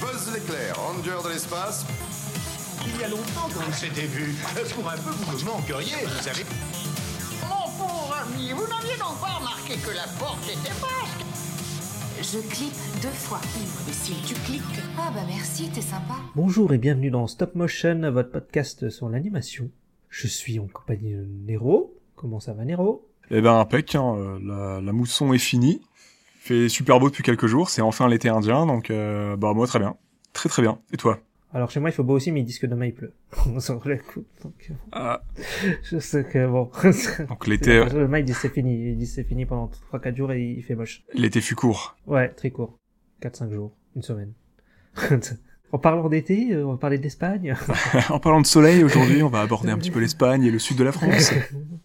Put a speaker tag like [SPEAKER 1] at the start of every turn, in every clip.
[SPEAKER 1] vitesse d'éclair, ranger de l'espace.
[SPEAKER 2] Il y a longtemps qu'on s'était vu. Pour un peu, vous me manqueriez, vous savez.
[SPEAKER 3] Mon pauvre ami, vous n'aviez donc pas remarqué que la porte était basque
[SPEAKER 4] Je clique deux fois. Livre d'imbécile, tu cliques. Ah bah merci, t'es sympa.
[SPEAKER 5] Bonjour et bienvenue dans Stop Motion, votre podcast sur l'animation. Je suis en compagnie de Nero. Comment ça va Nero
[SPEAKER 6] Eh ben impec, hein, euh, la, la mousson est finie. Fait super beau depuis quelques jours, c'est enfin l'été indien, donc euh, bah moi très bien. Très très bien. Et toi
[SPEAKER 5] Alors chez moi il faut beau aussi, mais ils disent que demain il pleut. On s'en relève donc euh,
[SPEAKER 6] Ah,
[SPEAKER 5] je sais que bon.
[SPEAKER 6] Donc l'été, euh,
[SPEAKER 5] demain ils disent c'est fini, ils disent c'est fini pendant 3-4 jours et il fait moche.
[SPEAKER 6] l'été fut court.
[SPEAKER 5] Ouais, très court. 4-5 jours, une semaine. en parlant d'été, euh, on va parler d'Espagne.
[SPEAKER 6] en parlant de soleil, aujourd'hui on va aborder un petit peu l'Espagne et le sud de la France.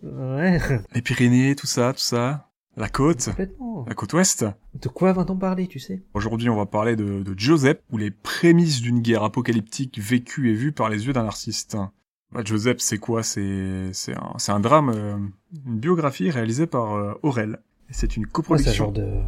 [SPEAKER 5] ouais,
[SPEAKER 6] Les Pyrénées, tout ça, tout ça. La côte,
[SPEAKER 5] complètement.
[SPEAKER 6] la côte ouest.
[SPEAKER 5] De quoi va-t-on parler, tu sais
[SPEAKER 6] Aujourd'hui on va parler de, de Giuseppe, ou les prémices d'une guerre apocalyptique vécue et vue par les yeux d'un artiste. Bah, Giuseppe c'est quoi C'est c'est un, c'est un drame, euh, une biographie réalisée par euh, Aurel. Et C'est une
[SPEAKER 5] Ouais, c'est un
[SPEAKER 6] coproduction.
[SPEAKER 5] genre de...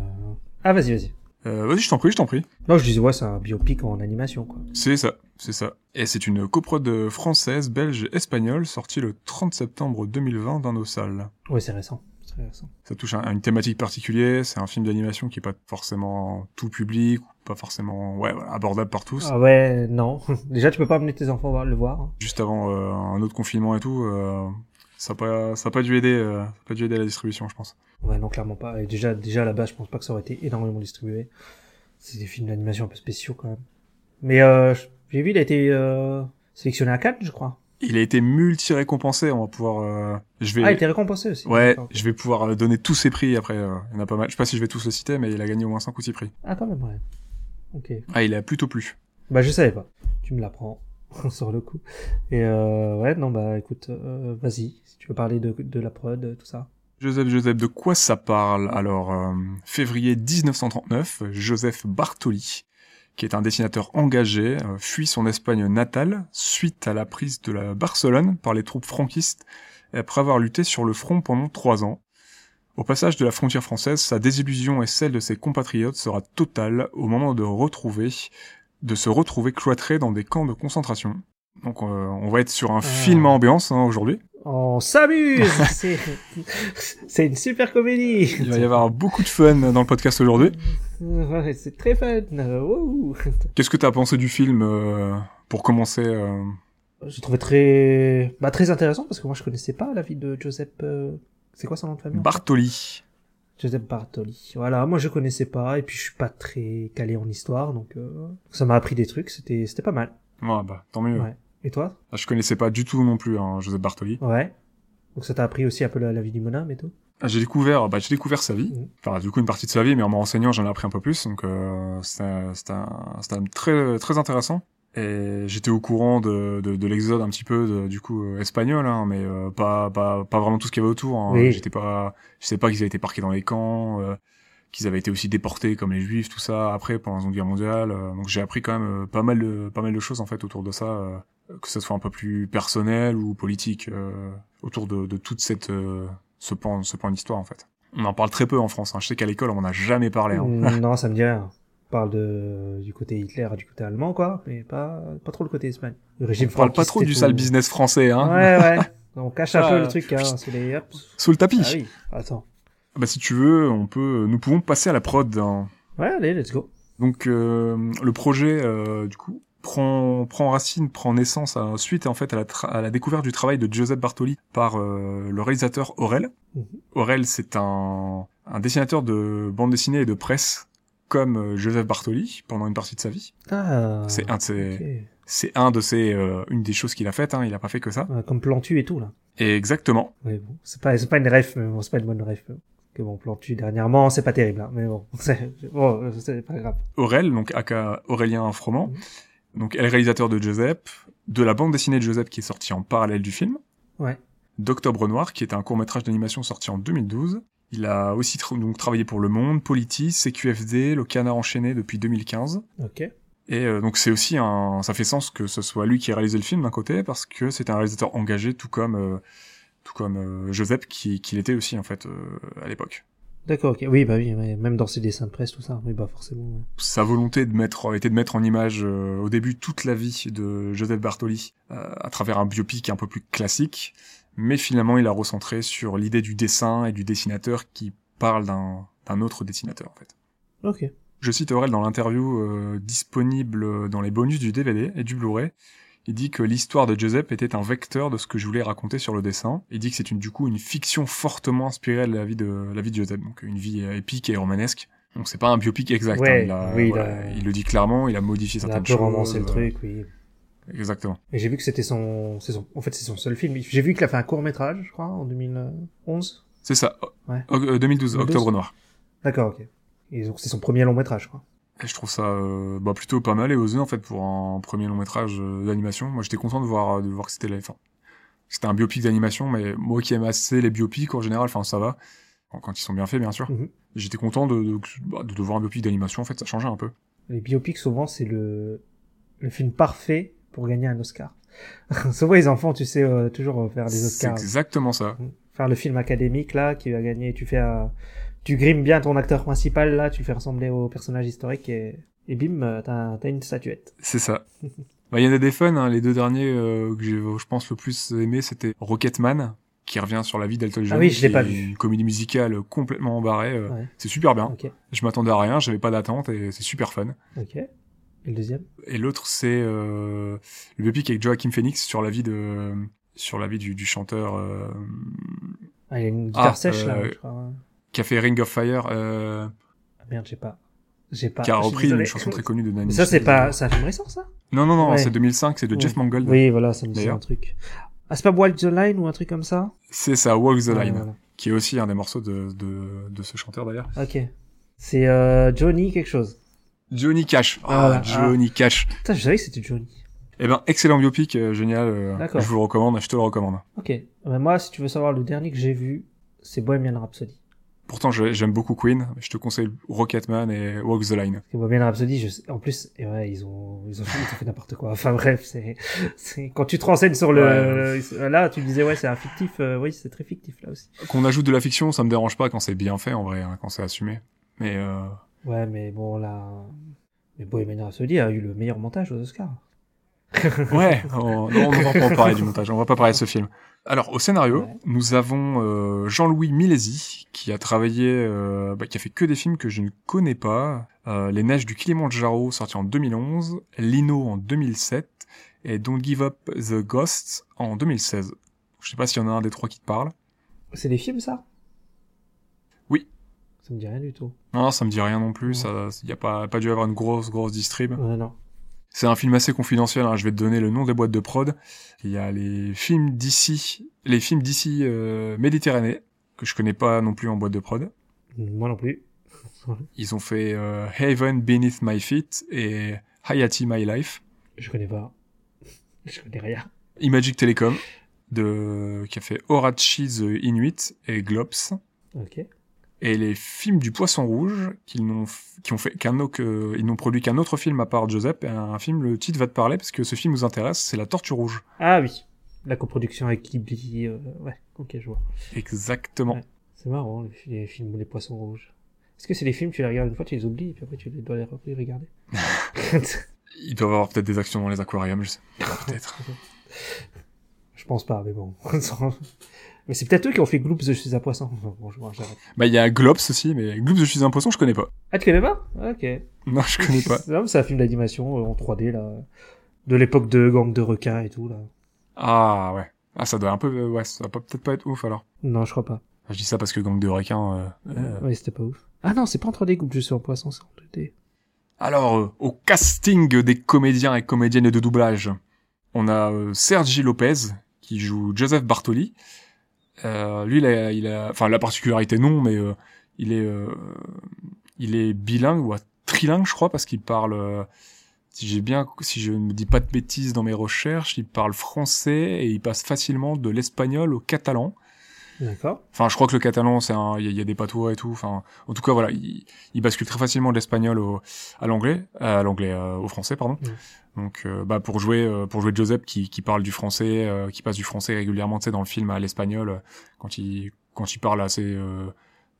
[SPEAKER 5] Ah vas-y, vas-y.
[SPEAKER 6] Euh, Vas-y, je t'en prie, je t'en prie.
[SPEAKER 5] Non, je disais, ouais, c'est un biopic en animation, quoi.
[SPEAKER 6] C'est ça, c'est ça. Et c'est une coprode française, belge et espagnole sortie le 30 septembre 2020 dans nos salles.
[SPEAKER 5] Ouais, c'est récent. C'est très récent.
[SPEAKER 6] Ça touche à une thématique particulière, c'est un film d'animation qui est pas forcément tout public, ou pas forcément ouais, voilà, abordable par tous.
[SPEAKER 5] Ah ouais, non. Déjà, tu peux pas amener tes enfants voir- le voir. hein.
[SPEAKER 6] Juste avant euh, un autre confinement et tout, euh, ça a pas ça a pas dû aider, euh, ça a pas dû aider à la distribution, je pense.
[SPEAKER 5] Ouais, non, clairement pas. Et déjà, déjà, là-bas, je pense pas que ça aurait été énormément distribué. C'est des films d'animation un peu spéciaux, quand même. Mais euh, j'ai vu, il a été euh, sélectionné à Cannes, je crois.
[SPEAKER 6] Il a été multi récompensé, on va pouvoir euh, je vais
[SPEAKER 5] Ah, il a été récompensé aussi.
[SPEAKER 6] Ouais,
[SPEAKER 5] D'accord.
[SPEAKER 6] je vais pouvoir euh, donner tous ses prix après, euh, il y en a pas mal. Je sais pas si je vais tous les citer mais il a gagné au moins 5 ou 6 prix.
[SPEAKER 5] Ah, quand même, ouais. Ok.
[SPEAKER 6] Ah, il a plutôt plu.
[SPEAKER 5] Bah, je savais pas. Tu me l'apprends sur le coup. Et euh, ouais, non, bah, écoute, euh, vas-y. Si tu veux parler de, de la prod, euh, tout ça.
[SPEAKER 6] Joseph, Joseph, de quoi ça parle Alors, euh, février 1939, Joseph Bartoli, qui est un dessinateur engagé, euh, fuit son Espagne natale suite à la prise de la Barcelone par les troupes franquistes et après avoir lutté sur le front pendant trois ans. Au passage de la frontière française, sa désillusion et celle de ses compatriotes sera totale au moment de retrouver, de se retrouver cloîtré dans des camps de concentration. Donc, euh, on va être sur un film à ambiance hein, aujourd'hui.
[SPEAKER 5] On s'amuse C'est c'est une super comédie
[SPEAKER 6] Il va y avoir beaucoup de fun dans le podcast aujourd'hui.
[SPEAKER 5] Ouais, C'est très fun. euh, wouhou.
[SPEAKER 6] Qu'est-ce que t'as pensé du film euh, pour commencer euh,
[SPEAKER 5] J'ai trouvé très, bah, très intéressant parce que moi je connaissais pas la vie de Giuseppe. euh, C'est quoi son nom de famille en fait
[SPEAKER 6] Bartoli
[SPEAKER 5] Giuseppe Bartoli. Voilà, moi je connaissais pas et puis je suis pas très calé en histoire donc euh, ça m'a appris des trucs. C'était, c'était pas mal.
[SPEAKER 6] Ouais, bah tant mieux.
[SPEAKER 5] Ouais. Et toi
[SPEAKER 6] Ah, Je connaissais pas du tout non plus hein, Joseph Bartoli.
[SPEAKER 5] Ouais. Donc ça t'a appris aussi un peu la, la vie du moname et tout.
[SPEAKER 6] Ah, J'ai découvert, bah j'ai découvert sa vie.
[SPEAKER 5] Mhm.
[SPEAKER 6] Enfin du coup une partie de sa vie, mais en me renseignant j'en ai appris un peu plus. Donc euh, c'était c'était un, c'était un très très intéressant. Et j'étais au courant de, de, de l'exode un petit peu de- du coup euh, espagnol, hein, mais euh, pas, pas pas vraiment tout ce qu'il y avait autour. hein.
[SPEAKER 5] Oui.
[SPEAKER 6] J'étais pas, je sais pas qu'ils avaient été parqués dans les camps. euh, qu'ils avaient été aussi déportés comme les juifs tout ça après pendant la Seconde Guerre mondiale Euh, donc j'ai appris quand même euh, pas mal de pas mal de choses en fait autour de ça euh, que ce soit un peu plus personnel ou politique euh, autour de, de toute cette euh, ce pan ce pan d'histoire en fait on en parle très peu en France hein. je sais qu'à l'école on en a jamais parlé hein.
[SPEAKER 5] Mm, non, ça me dit rien. On parle de, du côté Hitler et du côté allemand quoi, mais pas, pas trop le côté Espagne. Le régime
[SPEAKER 6] on parle pas
[SPEAKER 5] franquiste
[SPEAKER 6] trop
[SPEAKER 5] et
[SPEAKER 6] du
[SPEAKER 5] tout.
[SPEAKER 6] sale business français hein
[SPEAKER 5] Ouais, ouais. On cache un
[SPEAKER 6] Ah,
[SPEAKER 5] peu le truc, hein.
[SPEAKER 6] putain.
[SPEAKER 5] C'est les... hop.
[SPEAKER 6] sous le tapis
[SPEAKER 5] Ah oui. Attends.
[SPEAKER 6] bah si tu veux on peut nous pouvons passer à la prod hein.
[SPEAKER 5] Ouais, allez, let's go.
[SPEAKER 6] Donc euh, le projet euh, du coup prend prend racine, prend naissance à, suite en fait à la, tra- à la découverte du travail de Giuseppe Bartoli par euh, le réalisateur Aurel.
[SPEAKER 5] Mhm.
[SPEAKER 6] Aurel c'est un un dessinateur de bande dessinée et de presse comme euh, Joseph Bartoli pendant une partie de sa vie.
[SPEAKER 5] Ah.
[SPEAKER 6] C'est un de ses
[SPEAKER 5] ok.
[SPEAKER 6] c'est un de ses euh, une des choses qu'il a faites hein, il a pas fait que ça.
[SPEAKER 5] Ouais, Comme Plantu et tout, là.
[SPEAKER 6] Et exactement.
[SPEAKER 5] Oui, bon. C'est pas, c'est pas une ref, mais bon, c'est pas une bonne ref. mais bon. Que bon, Plantu, dernièrement, c'est pas terrible, hein. Mais bon, c'est, bon, euh, c'est pas grave.
[SPEAKER 6] Aurel, donc aka Aurélien Froment, donc elle est réalisateur de Giuseppe, de la bande dessinée de Giuseppe qui est sortie en parallèle du film.
[SPEAKER 5] Ouais.
[SPEAKER 6] D'Octobre Noir, qui est un court-métrage d'animation sorti en 2012. Il a aussi tra- donc travaillé pour Le Monde, Polity, CQFD, Le Canard Enchaîné depuis 2015.
[SPEAKER 5] Ok.
[SPEAKER 6] Et euh, donc c'est aussi un... Ça fait sens que ce soit lui qui ait réalisé le film d'un côté, parce que c'est un réalisateur engagé, tout comme... euh, tout comme euh, Giuseppe qui, qui l'était aussi en fait euh, à l'époque.
[SPEAKER 5] D'accord, ok. Oui, bah oui, ouais, même dans ses dessins de presse, tout ça. Oui, bah forcément. ouais.
[SPEAKER 6] Sa volonté de mettre, était de mettre en image euh, au début toute la vie de Joseph Bartoli euh, à travers un biopic un peu plus classique, mais finalement il a recentré sur l'idée du dessin et du dessinateur qui parle d'un d'un autre dessinateur en fait.
[SPEAKER 5] Ok.
[SPEAKER 6] Je cite Aurel dans l'interview euh, disponible euh, dans les bonus du DVD et du Blu-ray. Il dit que l'histoire de Giuseppe était un vecteur de ce que je voulais raconter sur le dessin. Il dit que c'est une, du coup une fiction fortement inspirée de la vie de la vie de Giuseppe, donc une vie euh, épique et romanesque. Donc c'est pas un biopic exact.
[SPEAKER 5] Ouais,
[SPEAKER 6] hein, il, a-
[SPEAKER 5] oui, il
[SPEAKER 6] voilà,
[SPEAKER 5] a-
[SPEAKER 6] il le dit clairement. Il a modifié
[SPEAKER 5] Il a
[SPEAKER 6] certaines
[SPEAKER 5] un peu
[SPEAKER 6] choses.
[SPEAKER 5] romancé le
[SPEAKER 6] euh,
[SPEAKER 5] truc, oui.
[SPEAKER 6] Exactement.
[SPEAKER 5] Et j'ai vu que c'était son, c'est son, en fait, c'est son seul film. J'ai vu qu'il a fait un court métrage, je crois, en euh, 2011.
[SPEAKER 6] C'est ça.
[SPEAKER 5] Ouais.
[SPEAKER 6] O- euh, 2012,
[SPEAKER 5] 2012.
[SPEAKER 6] Octobre Noir.
[SPEAKER 5] D'accord, ok. Et donc c'est son premier long métrage, je crois.
[SPEAKER 6] Et je trouve ça euh, bah, plutôt pas mal et osé en fait pour un premier long métrage euh, d'animation. Moi j'étais content de voir euh, de voir que c'était la- enfin, c'était un biopic d'animation, mais moi qui aime assez les biopics en général, enfin ça va Quand- quand ils sont bien faits bien sûr.
[SPEAKER 5] Mhm.
[SPEAKER 6] J'étais content de de, bah, de de voir un biopic d'animation en fait, ça changeait un peu.
[SPEAKER 5] Les biopics, souvent, c'est le, le film parfait pour gagner un Oscar. souvent, les enfants, tu sais, euh, toujours euh, faire des
[SPEAKER 6] C'est
[SPEAKER 5] Oscars.
[SPEAKER 6] exactement ça.
[SPEAKER 5] Faire le film académique, là, qui va gagner, tu fais un- tu grimes bien ton acteur principal, là, tu le fais ressembler au personnage historique et, et bim, euh, t'as, t'as une statuette.
[SPEAKER 6] C'est ça. Bah, Il y en a des fun, hein. les deux derniers euh, que j'ai, je pense, le plus aimé, c'était Rocketman, qui revient sur la vie d'Elton John.
[SPEAKER 5] Ah oui, je l'ai
[SPEAKER 6] qui
[SPEAKER 5] pas
[SPEAKER 6] est
[SPEAKER 5] vu.
[SPEAKER 6] Une comédie musicale complètement embarrée. euh,
[SPEAKER 5] Ouais.
[SPEAKER 6] C'est super bien.
[SPEAKER 5] Ok.
[SPEAKER 6] Je m'attendais à rien, j'avais pas d'attente et c'est super fun.
[SPEAKER 5] Ok. Et le deuxième?
[SPEAKER 6] Et l'autre, c'est euh, le biopic avec Joaquin Phoenix sur la vie de sur la vie du, du chanteur euh,
[SPEAKER 5] Ah, il a une guitare
[SPEAKER 6] Ah,
[SPEAKER 5] sèche, là,
[SPEAKER 6] euh,
[SPEAKER 5] je crois. ouais.
[SPEAKER 6] qui a fait Ring of Fire, euh,
[SPEAKER 5] Ah, merde, j'ai pas. J'ai pas.
[SPEAKER 6] qui a
[SPEAKER 5] Bah, je suis
[SPEAKER 6] repris une
[SPEAKER 5] désolé.
[SPEAKER 6] chanson très connue de Nanny.
[SPEAKER 5] Mais ça, c'est
[SPEAKER 6] Smith.
[SPEAKER 5] pas, c'est un film récent, ça?
[SPEAKER 6] Non, non, non,
[SPEAKER 5] Ouais.
[SPEAKER 6] c'est 2005, c'est de
[SPEAKER 5] Ouais.
[SPEAKER 6] Jeff Mangold.
[SPEAKER 5] Oui, voilà, ça me dit
[SPEAKER 6] D'ailleurs.
[SPEAKER 5] un truc. Ah, c'est pas Wild the Line ou un truc comme ça?
[SPEAKER 6] C'est ça, Walk the
[SPEAKER 5] Ah,
[SPEAKER 6] Line,
[SPEAKER 5] voilà.
[SPEAKER 6] qui est aussi un des morceaux de, de, de ce chanteur d'ailleurs.
[SPEAKER 5] Ok. C'est euh, Johnny quelque chose.
[SPEAKER 6] Johnny Cash.
[SPEAKER 5] Voilà.
[SPEAKER 6] Ah, Johnny Cash.
[SPEAKER 5] Putain, je savais que c'était Johnny.
[SPEAKER 6] Eh ben, excellent biopic, euh, génial. euh,
[SPEAKER 5] D'accord.
[SPEAKER 6] je vous le recommande, je te le recommande.
[SPEAKER 5] Ok. Mais moi, si tu veux savoir, le dernier que j'ai vu, c'est Bohemian Rhapsody.
[SPEAKER 6] Pourtant, je- j'aime beaucoup Queen. mais Je te conseille Rocketman et Walk the Line.
[SPEAKER 5] Parce que Bohemian Rhapsody, je sais- en plus, et ouais, ils ont, ils ont, fait- ils ont fait n'importe quoi. Enfin bref, c'est, c'est quand tu te renseignes sur le, là, tu disais ouais, c'est un fictif. euh, oui, c'est très fictif là aussi.
[SPEAKER 6] Qu'on ajoute de la fiction, ça me dérange pas quand c'est bien fait, en vrai, hein, quand c'est assumé. Mais euh,
[SPEAKER 5] Ouais, mais bon là, mais Bohemian Rhapsody a eu le meilleur montage aux Oscars.
[SPEAKER 6] ouais, on, non, on va pas en parler du montage, on va pas parler de ce film. Alors, au scénario,
[SPEAKER 5] Ouais.
[SPEAKER 6] nous avons euh, Jean-Louis Milesi, qui a travaillé, euh, bah, qui a fait que des films que je ne connais pas. Euh, Les Neiges du Kilimanjaro, sorti en 2011, Lino en 2007, et Don't Give Up the Ghost en 2016. Je sais pas s'il y en a un des trois qui te parle.
[SPEAKER 5] C'est des films ça
[SPEAKER 6] Oui.
[SPEAKER 5] Ça me dit rien du tout.
[SPEAKER 6] Non, ça me dit rien non plus, ça, y a pas, pas dû avoir une grosse, grosse distrib.
[SPEAKER 5] Ouais, non.
[SPEAKER 6] C'est un film assez confidentiel, hein, je vais te donner le nom des boîtes de prod. Il y a les films d'ici, les films d'ici euh, Méditerranée, que je connais pas non plus en boîte de prod.
[SPEAKER 5] Moi non plus.
[SPEAKER 6] Ils ont fait euh, Haven Beneath My Feet et Hayati My Life.
[SPEAKER 5] Je connais pas. Je connais rien.
[SPEAKER 6] Imagic Telecom, de, qui a fait Horachi the Inuit et Globs.
[SPEAKER 5] Ok.
[SPEAKER 6] Et les films du Poisson Rouge, qu'ils n'ont, f- qui ont fait qu'un au- que- ils n'ont produit qu'un autre film à part Joseph, et un film, le titre va te parler, parce que ce film nous intéresse, c'est La Tortue Rouge.
[SPEAKER 5] Ah oui, la coproduction avec Ghibli, euh, ouais, ok, je vois.
[SPEAKER 6] Exactement.
[SPEAKER 5] Ouais. C'est marrant, les, fi- les films où les poissons rouges. Est-ce que c'est les films, tu les regardes une fois, tu les oublies, et puis après tu les- dois les re- les regarder
[SPEAKER 6] Ils doivent avoir peut-être des actions dans les aquariums, je sais pas, peut-être.
[SPEAKER 5] Je pense pas, mais bon. mais c'est peut-être eux qui ont fait Gloops, je suis un poisson. Bon, je vois, j'arrête.
[SPEAKER 6] bah, il y a Globs aussi, mais Globs, je suis un poisson, je connais pas.
[SPEAKER 5] Ah, tu connais pas Ok.
[SPEAKER 6] Non, je connais pas.
[SPEAKER 5] Non, mais c'est un film d'animation euh, en 3D, là. De l'époque de Gang de requins et tout, là.
[SPEAKER 6] Ah, ouais. Ah, ça doit un peu, euh, ouais, ça va pas- peut-être pas être ouf, alors. Ah,
[SPEAKER 5] Non, je crois pas.
[SPEAKER 6] Je dis ça parce que Gang de requins, euh, euh.
[SPEAKER 5] Ouais, c'était pas ouf. Ah non, c'est pas en 3D, Gloops, je suis un poisson, c'est en 2D.
[SPEAKER 6] Alors, euh, au casting des comédiens et comédiennes de doublage, on a euh, Sergi Lopez, qui joue Joseph Bartoli. Euh, lui, il a, il a- enfin, la particularité, non, mais euh, il est, euh, il est bilingue ou euh, trilingue, je crois, parce qu'il parle, euh, si j'ai bien, si je ne dis pas de bêtises dans mes recherches, il parle français et il passe facilement de l'espagnol au catalan.
[SPEAKER 5] D'accord.
[SPEAKER 6] Enfin, je crois que le catalan, c'est un, il y, a- il y a des patois et tout. Enfin, en tout cas, voilà, il, il bascule très facilement de l'espagnol au, à l'anglais, euh, à l'anglais, euh, au français, pardon. Donc, euh, bah, pour jouer, euh, pour jouer Joseph qui, qui parle du français, euh, qui passe du français régulièrement, tu sais, dans le film à l'espagnol, euh, quand il, quand il parle à ses, euh,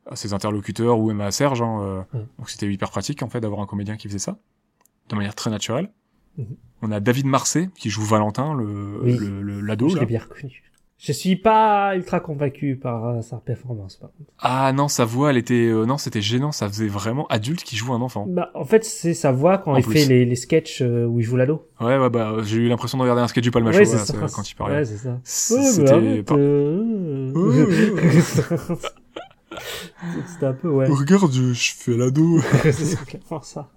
[SPEAKER 6] à ses interlocuteurs ou même à Serge. hein, euh,
[SPEAKER 5] Mm.
[SPEAKER 6] Donc c'était hyper pratique en fait d'avoir un comédien qui faisait ça de manière très naturelle.
[SPEAKER 5] Mhm.
[SPEAKER 6] On a David Marseille qui joue Valentin, le
[SPEAKER 5] Oui.
[SPEAKER 6] le- le- l'ado.
[SPEAKER 5] je
[SPEAKER 6] là.
[SPEAKER 5] l'ai bien reconnu. Je suis pas ultra convaincu par euh, sa performance, par contre.
[SPEAKER 6] ah non, sa voix, elle était euh, non, c'était gênant. Ça faisait vraiment adulte qui joue un enfant.
[SPEAKER 5] Bah, en fait, c'est sa voix quand
[SPEAKER 6] En
[SPEAKER 5] il
[SPEAKER 6] plus.
[SPEAKER 5] fait les, les sketchs euh, où il joue l'ado.
[SPEAKER 6] Ouais, ouais, bah j'ai eu l'impression de regarder un sketch du Palma Show, voilà, c'est- euh, quand il parlait.
[SPEAKER 5] Ouais, c'est ça.
[SPEAKER 6] C-
[SPEAKER 5] Ouais, mais
[SPEAKER 6] C'était
[SPEAKER 5] arrête,
[SPEAKER 6] pas-
[SPEAKER 5] euh,
[SPEAKER 6] Euh.
[SPEAKER 5] C'était un peu, ouais.
[SPEAKER 6] Oh, Regarde, je fais l'ado.
[SPEAKER 5] c'est clairement ça.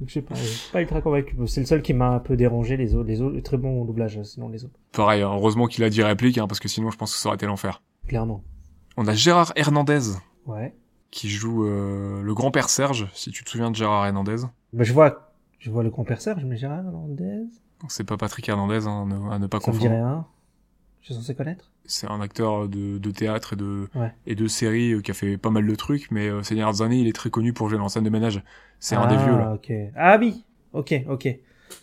[SPEAKER 5] Donc, je sais pas, je suis pas ultra convaincu. C'est le seul qui m'a un peu dérangé, les autres, les autres, très bon doublage, hein, sinon les autres.
[SPEAKER 6] Pareil, hein, heureusement qu'il a dit réplique, hein, parce que sinon je pense que ça aurait été l'enfer.
[SPEAKER 5] Clairement.
[SPEAKER 6] On a Gérard Hernandez
[SPEAKER 5] Ouais.
[SPEAKER 6] qui joue euh, le grand-père Serge, si tu te souviens de Gérard Hernandez.
[SPEAKER 5] Bah, je vois, je vois le grand-père Serge, mais Gérard Hernandez.
[SPEAKER 6] C'est pas Patrick Hernandez hein, à ne- à ne pas
[SPEAKER 5] Ça me dirait
[SPEAKER 6] confondre.
[SPEAKER 5] un. Je suis censé connaître.
[SPEAKER 6] C'est un acteur de, de théâtre et de,
[SPEAKER 5] Ouais.
[SPEAKER 6] et de séries euh, qui a fait pas mal de trucs, mais euh, ces dernières années, il est très connu pour jouer dans la scène de ménage. C'est un des vieux, là.
[SPEAKER 5] Ah, ok. Ah oui. Ok, ok.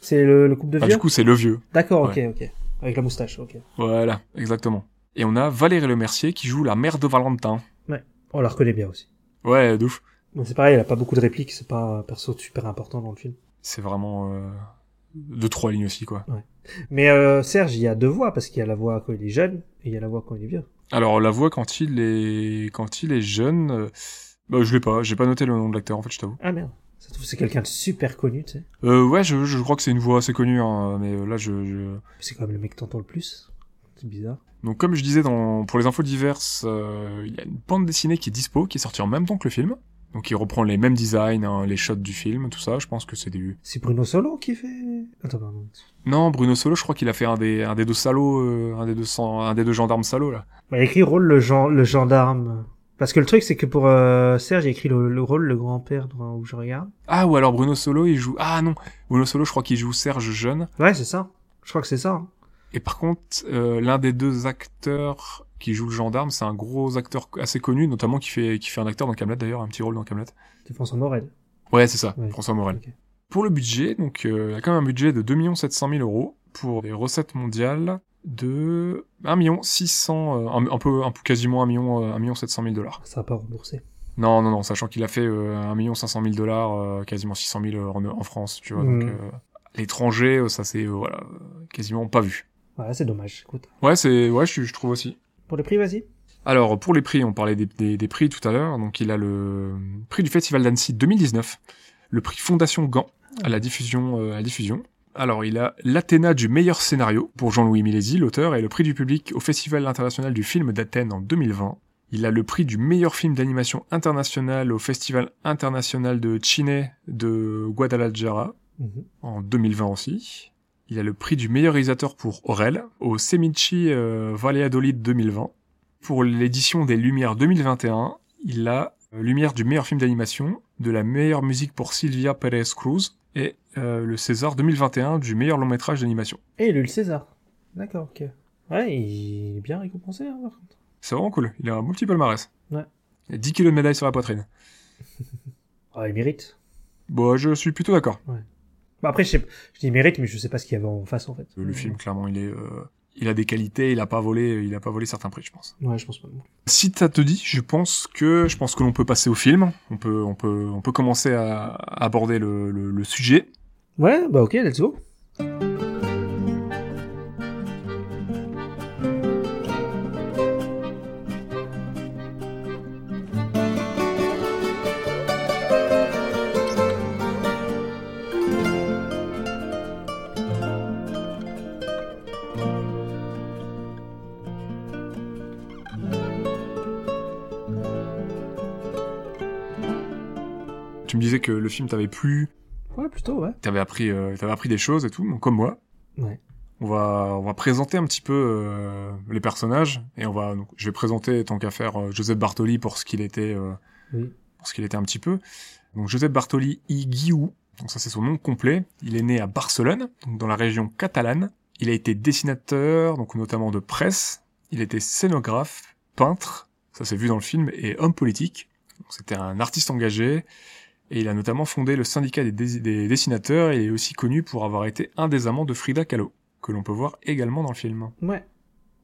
[SPEAKER 5] C'est le, le couple de
[SPEAKER 6] Enfin,
[SPEAKER 5] vieux.
[SPEAKER 6] du coup, c'est le vieux.
[SPEAKER 5] D'accord, ok, ok. Avec la moustache, ok. Oh,
[SPEAKER 6] Voilà, exactement. Et on a Valérie Le Mercier qui joue la mère de Valentin.
[SPEAKER 5] On la reconnaît bien aussi.
[SPEAKER 6] Ouais, de ouf.
[SPEAKER 5] Bon, c'est pareil, elle a pas beaucoup de répliques, c'est pas un perso super important dans le film.
[SPEAKER 6] C'est vraiment euh, deux, trois lignes aussi, quoi.
[SPEAKER 5] Mais euh, Serge, il y a deux voix, parce qu'il y a la voix quand il est jeune, et il y a la voix quand il est vieux.
[SPEAKER 6] Alors la voix quand il est quand il est jeune, euh, bah, je l'ai pas, j'ai pas noté le nom de l'acteur en fait, je t'avoue.
[SPEAKER 5] Ah merde. Ça se trouve, c'est quelqu'un de super connu, tu sais.
[SPEAKER 6] Euh, ouais, je, je crois que c'est une voix assez connue, hein, mais euh, là je, je-
[SPEAKER 5] C'est quand même le mec que t'entends le plus. C'est bizarre.
[SPEAKER 6] donc comme je disais dans pour les infos diverses, euh, il y a une bande dessinée qui est dispo, qui est sortie en même temps que le film, donc il reprend les mêmes designs, hein, les shots du film, tout ça. Je pense que c'est des
[SPEAKER 5] C'est Bruno Solo qui fait... Attends, pardon.
[SPEAKER 6] non Bruno Solo, je crois qu'il a fait un des un des deux salauds, euh, un des deux cent- un des deux gendarmes salauds là.
[SPEAKER 5] Bah, il a écrit rôle le, gen- le gendarme. Parce que le truc, c'est que pour euh, Serge, il a écrit le, le rôle le grand-père dans- où je regarde.
[SPEAKER 6] Ah ou alors Bruno Solo il joue ah non Bruno Solo je crois qu'il joue Serge jeune
[SPEAKER 5] Ouais, c'est ça. Je crois que c'est ça. hein.
[SPEAKER 6] Et par contre, euh, l'un des deux acteurs qui joue le gendarme, c'est un gros acteur assez connu, notamment qui fait, qui fait un acteur dans Camelot d'ailleurs, un petit rôle dans Camelot.
[SPEAKER 5] C'est François Morel.
[SPEAKER 6] Ouais, c'est ça,
[SPEAKER 5] Ouais.
[SPEAKER 6] François Morel.
[SPEAKER 5] Ok.
[SPEAKER 6] Pour le budget, donc euh, il y a quand même un budget de 2 700 000 euros pour les recettes mondiales de 1 600 euh, un, un peu un peu quasiment 1 million euh, 1 million 700 000 dollars.
[SPEAKER 5] Ça va pas remboursé.
[SPEAKER 6] Non non non, sachant qu'il a fait euh, 1 million 500 000 dollars, euh, quasiment 600 000 en, en France, tu vois. Donc
[SPEAKER 5] Mm.
[SPEAKER 6] euh, à l'étranger, euh, ça c'est euh, voilà, euh, quasiment pas vu.
[SPEAKER 5] Voilà, c'est dommage. Écoute.
[SPEAKER 6] Ouais, c'est ouais, je, je trouve aussi.
[SPEAKER 5] Pour les prix, vas-y.
[SPEAKER 6] Alors, pour les prix, on parlait des, des- des prix tout à l'heure. Donc, il a le prix du Festival d'Annecy 2019, le prix Fondation Gand à la diffusion. euh, à la diffusion. Alors, il a l'Athéna du meilleur scénario pour Jean-Louis Milési, l'auteur, et le prix du public au Festival international du film d'Athènes en 2020. Il a le prix du meilleur film d'animation international au Festival international de Chine de Guadalajara
[SPEAKER 5] Mhm.
[SPEAKER 6] en 2020 aussi. Il a le prix du meilleur réalisateur pour Aurel au Semichi euh, Valladolid 2020. Pour l'édition des Lumières 2021, il a euh, Lumière du meilleur film d'animation, de la meilleure musique pour Sylvia Perez Cruz et euh, le César 2021 du meilleur long métrage d'animation.
[SPEAKER 5] Et il a eu le César. D'accord, ok. Ouais, il est bien récompensé, hein, par contre.
[SPEAKER 6] C'est vraiment cool, il a un beau petit palmarès.
[SPEAKER 5] Ouais.
[SPEAKER 6] Il a 10 kilos de médailles sur la poitrine.
[SPEAKER 5] Ah, il mérite.
[SPEAKER 6] Bon, je suis plutôt d'accord.
[SPEAKER 5] Bah, après, je, sais... je dis mérite, mais je sais pas ce qu'il y avait en face, en fait.
[SPEAKER 6] Le film, clairement, il est, euh, il a des qualités, il a pas volé, il a pas volé certains prix, je pense.
[SPEAKER 5] Ouais, je pense pas non plus.
[SPEAKER 6] Si ça te dit, je pense que je pense que l'on peut passer au film. On peut on peut on peut commencer à aborder le, le, le sujet.
[SPEAKER 5] Ouais, bah, ok, let's go.
[SPEAKER 6] Tu me disais que le film t'avait plu,
[SPEAKER 5] Ouais, plutôt, ouais.
[SPEAKER 6] t'avais appris euh, t'avais appris des choses et tout, donc comme moi.
[SPEAKER 5] Ouais.
[SPEAKER 6] On va on va présenter un petit peu euh, les personnages et on va donc je vais présenter tant qu'à faire euh, Joseph Bartoli pour ce qu'il était euh,
[SPEAKER 5] Oui.
[SPEAKER 6] pour ce qu'il était un petit peu. Donc Joseph Bartoli I. Guiou, donc ça c'est son nom complet. Il est né à Barcelone, donc dans la région catalane. Il a été dessinateur, donc notamment de presse. Il était scénographe, peintre, ça s'est vu dans le film, et homme politique. Donc, C'était un artiste engagé. Et il a notamment fondé le syndicat des, dés- des dessinateurs et est aussi connu pour avoir été un des amants de Frida Kahlo, que l'on peut voir également dans le film.
[SPEAKER 5] Ouais.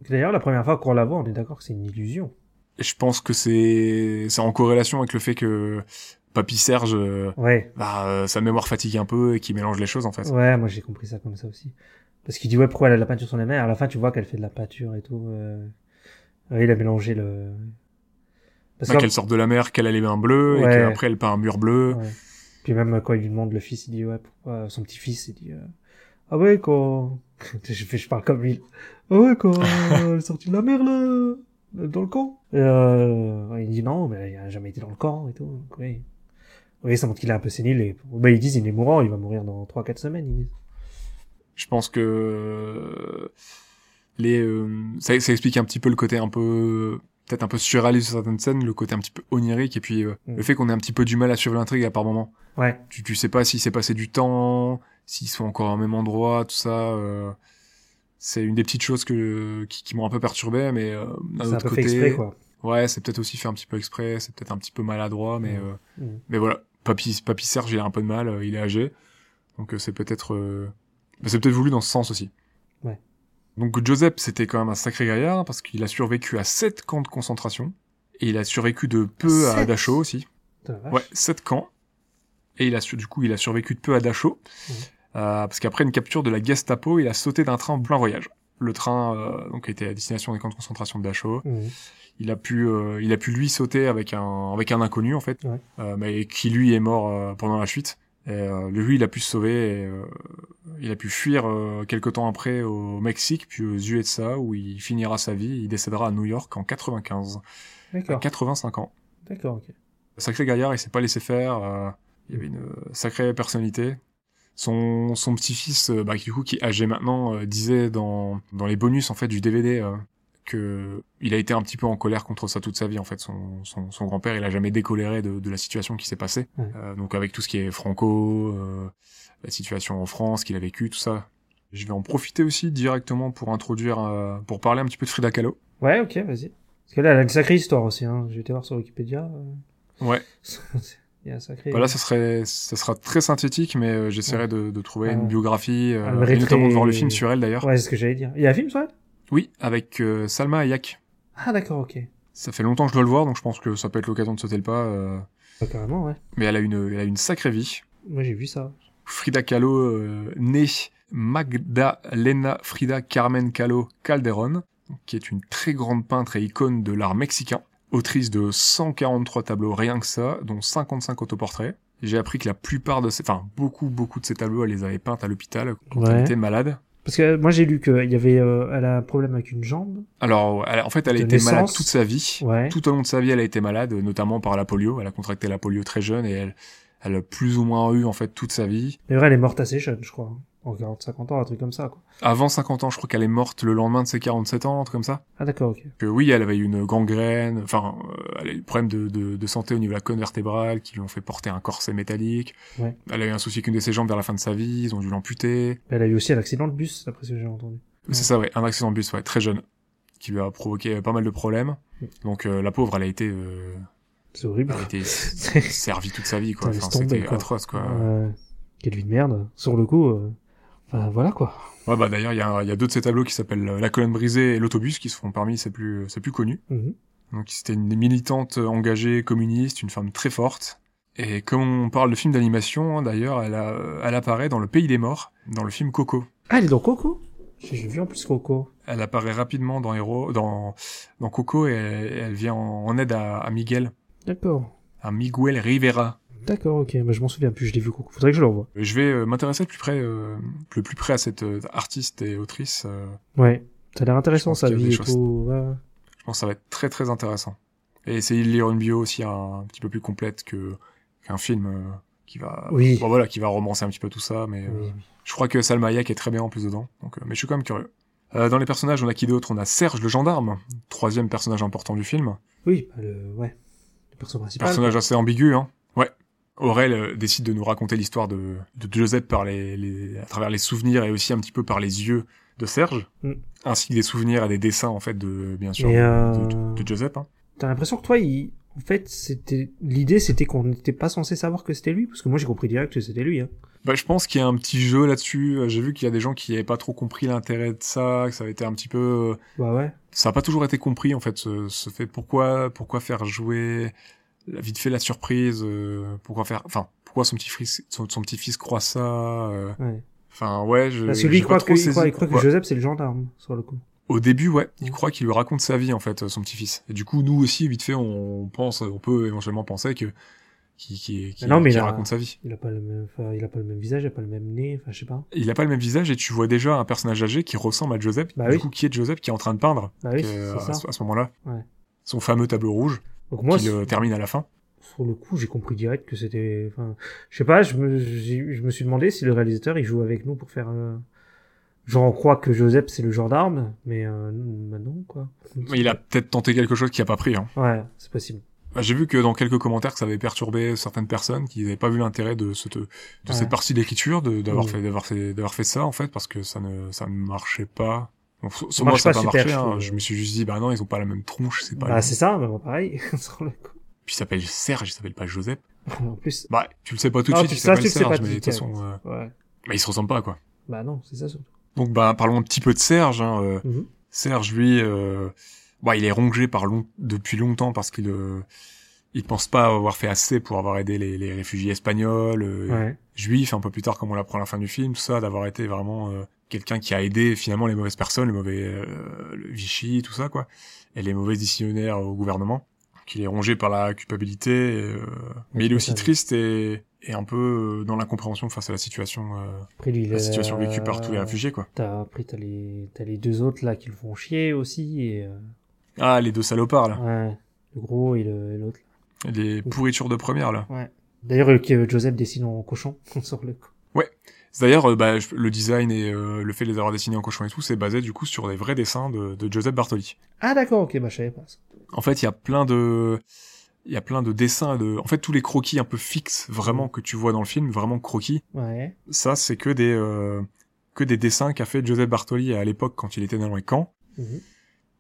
[SPEAKER 5] D'ailleurs, la première fois qu'on la voit, on est d'accord que c'est une illusion.
[SPEAKER 6] Et je pense que c'est c'est en corrélation avec le fait que Papy Serge, euh,
[SPEAKER 5] Ouais,
[SPEAKER 6] bah, euh, sa mémoire fatigue un peu et qu'il mélange les choses en fait.
[SPEAKER 5] ouais, moi j'ai compris ça comme ça aussi. Parce qu'il dit ouais pourquoi elle a de la peinture sur les mains. À la fin tu vois qu'elle fait de la peinture et tout. euh. Ouais, il a mélangé le. Parce
[SPEAKER 6] Bah,
[SPEAKER 5] que
[SPEAKER 6] qu'elle sort de la mer, qu'elle a les mains bleues
[SPEAKER 5] Ouais.
[SPEAKER 6] et qu'après elle peint un mur bleu.
[SPEAKER 5] Ouais. Puis même euh, quand il lui demande le fils, il dit ouais pourquoi son petit-fils, il dit euh, ah ouais quand je fais je parle comme lui. Ah ouais quand euh, elle est sortie de la mer là dans le camp. Et, euh, il dit non mais il a jamais été dans le camp et tout. Donc, oui. Oui, ça montre qu'il est un peu sénile et bah, ils disent il est mourant, il va mourir dans 3 4 semaines, ils disent.
[SPEAKER 6] Je pense que euh, les euh, ça, ça explique un petit peu le côté un peu peut-être un peu surréaliste sur certaines scènes, le côté un petit peu onirique et puis euh,
[SPEAKER 5] Mm.
[SPEAKER 6] le fait qu'on ait un petit peu du mal à suivre l'intrigue à par moment.
[SPEAKER 5] Ouais.
[SPEAKER 6] Tu tu sais pas s'il s'est passé du temps, s'ils sont encore au même endroit, tout ça. euh, c'est une des petites choses que qui, qui m'ont un peu perturbé, mais euh, d'un
[SPEAKER 5] C'est un
[SPEAKER 6] autre
[SPEAKER 5] peu
[SPEAKER 6] côté,
[SPEAKER 5] fait exprès quoi.
[SPEAKER 6] ouais, c'est peut-être aussi fait un petit peu exprès, c'est peut-être un petit peu maladroit, mais
[SPEAKER 5] Mm.
[SPEAKER 6] euh,
[SPEAKER 5] Mm.
[SPEAKER 6] mais voilà, papy, papy Serge, il a un peu de mal, euh, il est âgé. Donc euh, c'est peut-être euh, bah, c'est peut-être voulu dans ce sens aussi.
[SPEAKER 5] Ouais.
[SPEAKER 6] Donc Giuseppe, c'était quand même un sacré gaillard parce qu'il a survécu à sept camps de concentration et il a survécu de peu à
[SPEAKER 5] Sept
[SPEAKER 6] Dachau aussi.
[SPEAKER 5] Putain, la vache.
[SPEAKER 6] Ouais, sept camps. Et il a su- du coup, il a survécu de peu à Dachau
[SPEAKER 5] Mhm.
[SPEAKER 6] euh, parce qu'après une capture de la Gestapo, il a sauté d'un train en plein voyage. Le train euh, donc était à destination des camps de concentration de Dachau
[SPEAKER 5] Mm.
[SPEAKER 6] il a pu euh, il a pu lui sauter avec un avec un inconnu en fait
[SPEAKER 5] Ouais.
[SPEAKER 6] euh, mais qui lui est mort euh, pendant la fuite et, euh, lui il a pu se sauver et, euh, il a pu fuir euh, quelque temps après au Mexique puis aux USA où il finira sa vie il décédera à New York en 95 à
[SPEAKER 5] D'accord.
[SPEAKER 6] 85 ans
[SPEAKER 5] D'accord, OK.
[SPEAKER 6] sacré gaillard il s'est pas laissé faire euh, il y avait une euh, sacrée personnalité son, son petit-fils, euh, bah, du coup, qui est âgé maintenant, euh, disait dans, dans les bonus en fait du DVD euh, que il a été un petit peu en colère contre ça toute sa vie en fait. Son, son, son grand-père, il a jamais décoléré de, de la situation qui s'est passée.
[SPEAKER 5] Ouais.
[SPEAKER 6] Euh, donc avec tout ce qui est franco, euh, la situation en France qu'il a vécu, tout ça. Je vais en profiter aussi directement pour introduire, euh, pour parler un petit peu de Frida Kahlo.
[SPEAKER 5] Ouais, OK, vas-y. Parce que là elle a une sacrée histoire aussi hein. J'ai été voir sur Wikipédia. euh.
[SPEAKER 6] Ouais.
[SPEAKER 5] il y a un sacré
[SPEAKER 6] Voilà, ça serait, ça sera très synthétique, mais euh, j'essaierai
[SPEAKER 5] Ouais.
[SPEAKER 6] de, de trouver
[SPEAKER 5] Ouais.
[SPEAKER 6] une biographie, euh,
[SPEAKER 5] Elle
[SPEAKER 6] et
[SPEAKER 5] mériterait-
[SPEAKER 6] notamment de voir le film sur elle d'ailleurs.
[SPEAKER 5] Ouais, c'est ce que j'allais dire. Il y a un film sur elle
[SPEAKER 6] Oui, avec euh, Salma Hayek.
[SPEAKER 5] Ah d'accord, ok.
[SPEAKER 6] Ça fait longtemps que je dois le voir, donc je pense que ça peut être l'occasion de sauter le pas. euh,
[SPEAKER 5] Bah, carrément, ouais.
[SPEAKER 6] mais elle a une, elle a une sacrée vie.
[SPEAKER 5] Moi j'ai vu ça.
[SPEAKER 6] Frida Kahlo, euh, née Magdalena Frida Carmen Kahlo Calderón, qui est une très grande peintre et icône de l'art mexicain, autrice de 143 tableaux, rien que ça, dont 55 autoportraits. J'ai appris que la plupart de ces, enfin, beaucoup, beaucoup de ces tableaux, elle les avait peintes à l'hôpital quand
[SPEAKER 5] Ouais.
[SPEAKER 6] elle était malade.
[SPEAKER 5] Parce que euh, moi j'ai lu qu'il y avait, euh, elle a un problème avec une jambe.
[SPEAKER 6] Alors, elle- en fait, elle a
[SPEAKER 5] De
[SPEAKER 6] été malade
[SPEAKER 5] naissance.
[SPEAKER 6] toute sa vie.
[SPEAKER 5] Ouais.
[SPEAKER 6] Tout au long de sa vie, elle a été malade, notamment par la polio. Elle a contracté la polio très jeune et elle, elle a plus ou moins eu, en fait, toute sa vie.
[SPEAKER 5] D'ailleurs, elle est morte assez jeune, je crois. hein. En 40-50 ans, un truc comme ça, quoi.
[SPEAKER 6] avant 50 ans, je crois qu'elle est morte le lendemain de ses 47 ans, un truc comme ça.
[SPEAKER 5] Ah d'accord, ok.
[SPEAKER 6] Que oui, elle avait eu une gangrène, enfin, euh, elle a eu des problèmes de, de, de santé au niveau de la colonne vertébrale, qui lui ont fait porter un corset métallique.
[SPEAKER 5] Ouais.
[SPEAKER 6] Elle a eu un souci qu'une de ses jambes vers la fin de sa vie, ils ont dû l'amputer.
[SPEAKER 5] Bah, Elle a eu aussi un accident de bus, d'après ce que j'ai entendu. Ouais.
[SPEAKER 6] C'est ça, ouais, un accident de bus, ouais, très jeune, qui lui a provoqué pas mal de problèmes.
[SPEAKER 5] Ouais.
[SPEAKER 6] Donc euh, la pauvre, elle a été, euh,
[SPEAKER 5] C'est horrible.
[SPEAKER 6] elle a été s-
[SPEAKER 5] C'est-
[SPEAKER 6] servie toute sa vie, quoi.
[SPEAKER 5] Putain,
[SPEAKER 6] Enfin,
[SPEAKER 5] laisse tomber,
[SPEAKER 6] c'était
[SPEAKER 5] quoi.
[SPEAKER 6] atroce, quoi.
[SPEAKER 5] Ouais. Quelle vie de merde. Sur le coup, euh, enfin voilà quoi.
[SPEAKER 6] Ouais, bah d'ailleurs, il y a, il y a deux de ces tableaux qui s'appellent euh, La colonne brisée et l'autobus, qui se font parmi ses plus, ses plus connus.
[SPEAKER 5] Mhm.
[SPEAKER 6] Donc c'était une militante engagée communiste, une femme très forte. Et comme on parle de films d'animation, hein, d'ailleurs, elle, a- elle apparaît dans Le Pays des Morts, dans le film Coco.
[SPEAKER 5] Ah, elle est dans Coco. J'ai j'ai vu en plus Coco.
[SPEAKER 6] Elle apparaît rapidement dans, Hero, dans, dans Coco et elle, elle vient en, en aide à, à Miguel,
[SPEAKER 5] D'accord.
[SPEAKER 6] à Miguel Rivera.
[SPEAKER 5] D'accord, ok. Bah, je m'en souviens plus, je l'ai vu Coco. Faudrait que je le revoie.
[SPEAKER 6] Je vais euh, m'intéresser de plus près, euh, le plus près à cette euh, artiste et autrice. euh,
[SPEAKER 5] Ouais. Ça a l'air intéressant
[SPEAKER 6] pense
[SPEAKER 5] sa
[SPEAKER 6] qu'il y a
[SPEAKER 5] vie
[SPEAKER 6] des
[SPEAKER 5] et
[SPEAKER 6] choses-
[SPEAKER 5] tout. Ouais. ouais.
[SPEAKER 6] je pense que ça va être très très intéressant. Et essayer de lire une bio aussi un, petit peu plus complète que qu'un film euh, qui va,
[SPEAKER 5] Oui.
[SPEAKER 6] bon, voilà, qui va romancer un petit peu tout ça, mais. euh,
[SPEAKER 5] Oui,
[SPEAKER 6] Je crois que Salma Hayek est très bien en plus dedans, donc, euh, mais je suis quand même curieux. Euh, dans les personnages, on a qui d'autre On a Serge le gendarme, troisième personnage important du film.
[SPEAKER 5] Oui, bah, le... ouais. Le perso principal.
[SPEAKER 6] Personnage assez ambigu, hein Ouais. Aurel euh, décide de nous raconter l'histoire de, de Joseph par les, les- à travers les souvenirs et aussi un petit peu par les yeux de Serge,
[SPEAKER 5] Mm.
[SPEAKER 6] ainsi que des souvenirs et des dessins, en fait, de, bien sûr,
[SPEAKER 5] Et,
[SPEAKER 6] de-
[SPEAKER 5] euh,
[SPEAKER 6] de, de Joseph. Hein.
[SPEAKER 5] T'as l'impression que toi, il... en fait, c'était l'idée, c'était qu'on n'était pas censé savoir que c'était lui, parce que moi j'ai compris direct que c'était lui. Hein.
[SPEAKER 6] Bah, je pense qu'il y a un petit jeu là-dessus. Euh, J'ai vu qu'il y a des gens qui n'avaient pas trop compris l'intérêt de ça, que ça avait été un petit peu... euh,
[SPEAKER 5] Bah ouais.
[SPEAKER 6] Ça n'a pas toujours été compris, en fait, ce, ce fait. Pourquoi, pourquoi faire jouer la- vite fait la surprise euh, Pourquoi faire... Enfin, pourquoi son petit-fils son, son petit -fils croit ça euh,
[SPEAKER 5] ouais.
[SPEAKER 6] Enfin, ouais, je...
[SPEAKER 5] Bah, celui
[SPEAKER 6] Euh, j'ai
[SPEAKER 5] il
[SPEAKER 6] pas
[SPEAKER 5] croit,
[SPEAKER 6] trop
[SPEAKER 5] que, il
[SPEAKER 6] saisi
[SPEAKER 5] croit, il croit que
[SPEAKER 6] pourquoi.
[SPEAKER 5] Joseph c'est le gendarme sur le coup.
[SPEAKER 6] Au début, ouais, il croit qu'il lui raconte sa vie en fait, euh, son petit-fils. Et du coup, nous aussi, vite fait, on pense, on peut éventuellement penser que qui qui qui,
[SPEAKER 5] Mais non, mais
[SPEAKER 6] qui
[SPEAKER 5] il a-
[SPEAKER 6] raconte sa vie.
[SPEAKER 5] Il a pas le même, enfin, il a pas le même visage, il a pas le même nez, enfin je sais pas.
[SPEAKER 6] Il a pas le même visage et tu vois déjà un personnage âgé qui ressemble à Joseph.
[SPEAKER 5] Bah
[SPEAKER 6] du
[SPEAKER 5] oui.
[SPEAKER 6] coup, qui est Joseph qui est en train de peindre
[SPEAKER 5] Bah oui,
[SPEAKER 6] euh,
[SPEAKER 5] c'est ça.
[SPEAKER 6] à, ce- à ce moment-là.
[SPEAKER 5] Ouais.
[SPEAKER 6] Son fameux tableau rouge
[SPEAKER 5] Donc moi,
[SPEAKER 6] qui le termine à la fin.
[SPEAKER 5] sur le coup, j'ai compris direct que c'était. Enfin, je sais pas, je me, j'ai- je me suis demandé si le réalisateur il joue avec nous pour faire. euh, Genre on croit que Joseph c'est le gendarme, mais euh, bah non quoi.
[SPEAKER 6] Mais il a peut-être tenté quelque chose qui a pas pris. Hein.
[SPEAKER 5] Ouais, c'est possible.
[SPEAKER 6] Bah, J'ai vu que dans quelques commentaires que ça avait perturbé certaines personnes qui n'avaient pas vu l'intérêt de, cette, de
[SPEAKER 5] Ouais.
[SPEAKER 6] cette partie d'écriture, de- d'avoir
[SPEAKER 5] Oui.
[SPEAKER 6] fait, d'avoir fait, d'avoir fait ça en fait, parce que ça ne, ça ne marchait pas. Bon, sur sur
[SPEAKER 5] marche
[SPEAKER 6] moi, ça n'a
[SPEAKER 5] pas
[SPEAKER 6] pas
[SPEAKER 5] super,
[SPEAKER 6] marché.
[SPEAKER 5] je
[SPEAKER 6] hein.
[SPEAKER 5] trouve.
[SPEAKER 6] Je me suis juste dit, bah non, ils ont pas la même tronche, c'est pas.
[SPEAKER 5] bah
[SPEAKER 6] le-
[SPEAKER 5] c'est ça, bah, pareil sur le coup.
[SPEAKER 6] Puis il s'appelle Serge, il s'appelle pas Joseph.
[SPEAKER 5] En plus,
[SPEAKER 6] Bah, tu le sais pas tout de
[SPEAKER 5] Ah,
[SPEAKER 6] suite,
[SPEAKER 5] tu-
[SPEAKER 6] il
[SPEAKER 5] ça, tu
[SPEAKER 6] s'appelle
[SPEAKER 5] le sais pas
[SPEAKER 6] Serge,
[SPEAKER 5] tout
[SPEAKER 6] mais
[SPEAKER 5] de
[SPEAKER 6] de toute
[SPEAKER 5] suite,
[SPEAKER 6] façon, euh,
[SPEAKER 5] ouais.
[SPEAKER 6] mais ils se ressemblent pas quoi.
[SPEAKER 5] Bah non, c'est ça surtout.
[SPEAKER 6] Donc bah parlons un petit peu de Serge. Hein. euh,
[SPEAKER 5] Mhm.
[SPEAKER 6] Serge, lui, euh, bah, il est rongé par long... depuis longtemps parce qu'il euh, il pense pas avoir fait assez pour avoir aidé les, les réfugiés espagnols, euh,
[SPEAKER 5] Ouais.
[SPEAKER 6] juif, un peu plus tard comme on l'apprend à la fin du film, tout ça, d'avoir été vraiment euh, quelqu'un qui a aidé finalement les mauvaises personnes, le mauvais euh, le Vichy, tout ça, quoi, et les mauvais décisionnaires au gouvernement, qu'il est rongé par la culpabilité, euh, mais il est aussi
[SPEAKER 5] totalement.
[SPEAKER 6] triste et, et un peu euh, dans l'incompréhension face à la situation, euh,
[SPEAKER 5] Après lui, il
[SPEAKER 6] la
[SPEAKER 5] a-
[SPEAKER 6] situation vécue par tous les réfugiés, quoi.
[SPEAKER 5] T'as après t'as les t'as les deux autres là qui le font chier aussi et euh,
[SPEAKER 6] Ah, les deux salopards, là.
[SPEAKER 5] ouais, le gros et le- et l'autre.
[SPEAKER 6] Les pourritures de première, là.
[SPEAKER 5] D'ailleurs euh, que Joseph dessine en cochon sur le coup.
[SPEAKER 6] D'ailleurs, euh, bah, je- le design et euh, le fait de les avoir dessinés en cochon et tout, c'est basé, du coup, sur des vrais dessins de, de Joseph Bartoli.
[SPEAKER 5] Ah d'accord, ok, bah je savais pas. ça.
[SPEAKER 6] En fait, il y a plein de il y a plein de dessins de en fait tous les croquis un peu fixes
[SPEAKER 5] Mm.
[SPEAKER 6] vraiment que tu vois dans le film, vraiment croquis.
[SPEAKER 5] Ouais.
[SPEAKER 6] Ça c'est que des euh, que des dessins qu'a fait Joseph Bartoli à l'époque quand il était dans les camps.
[SPEAKER 5] Mhm.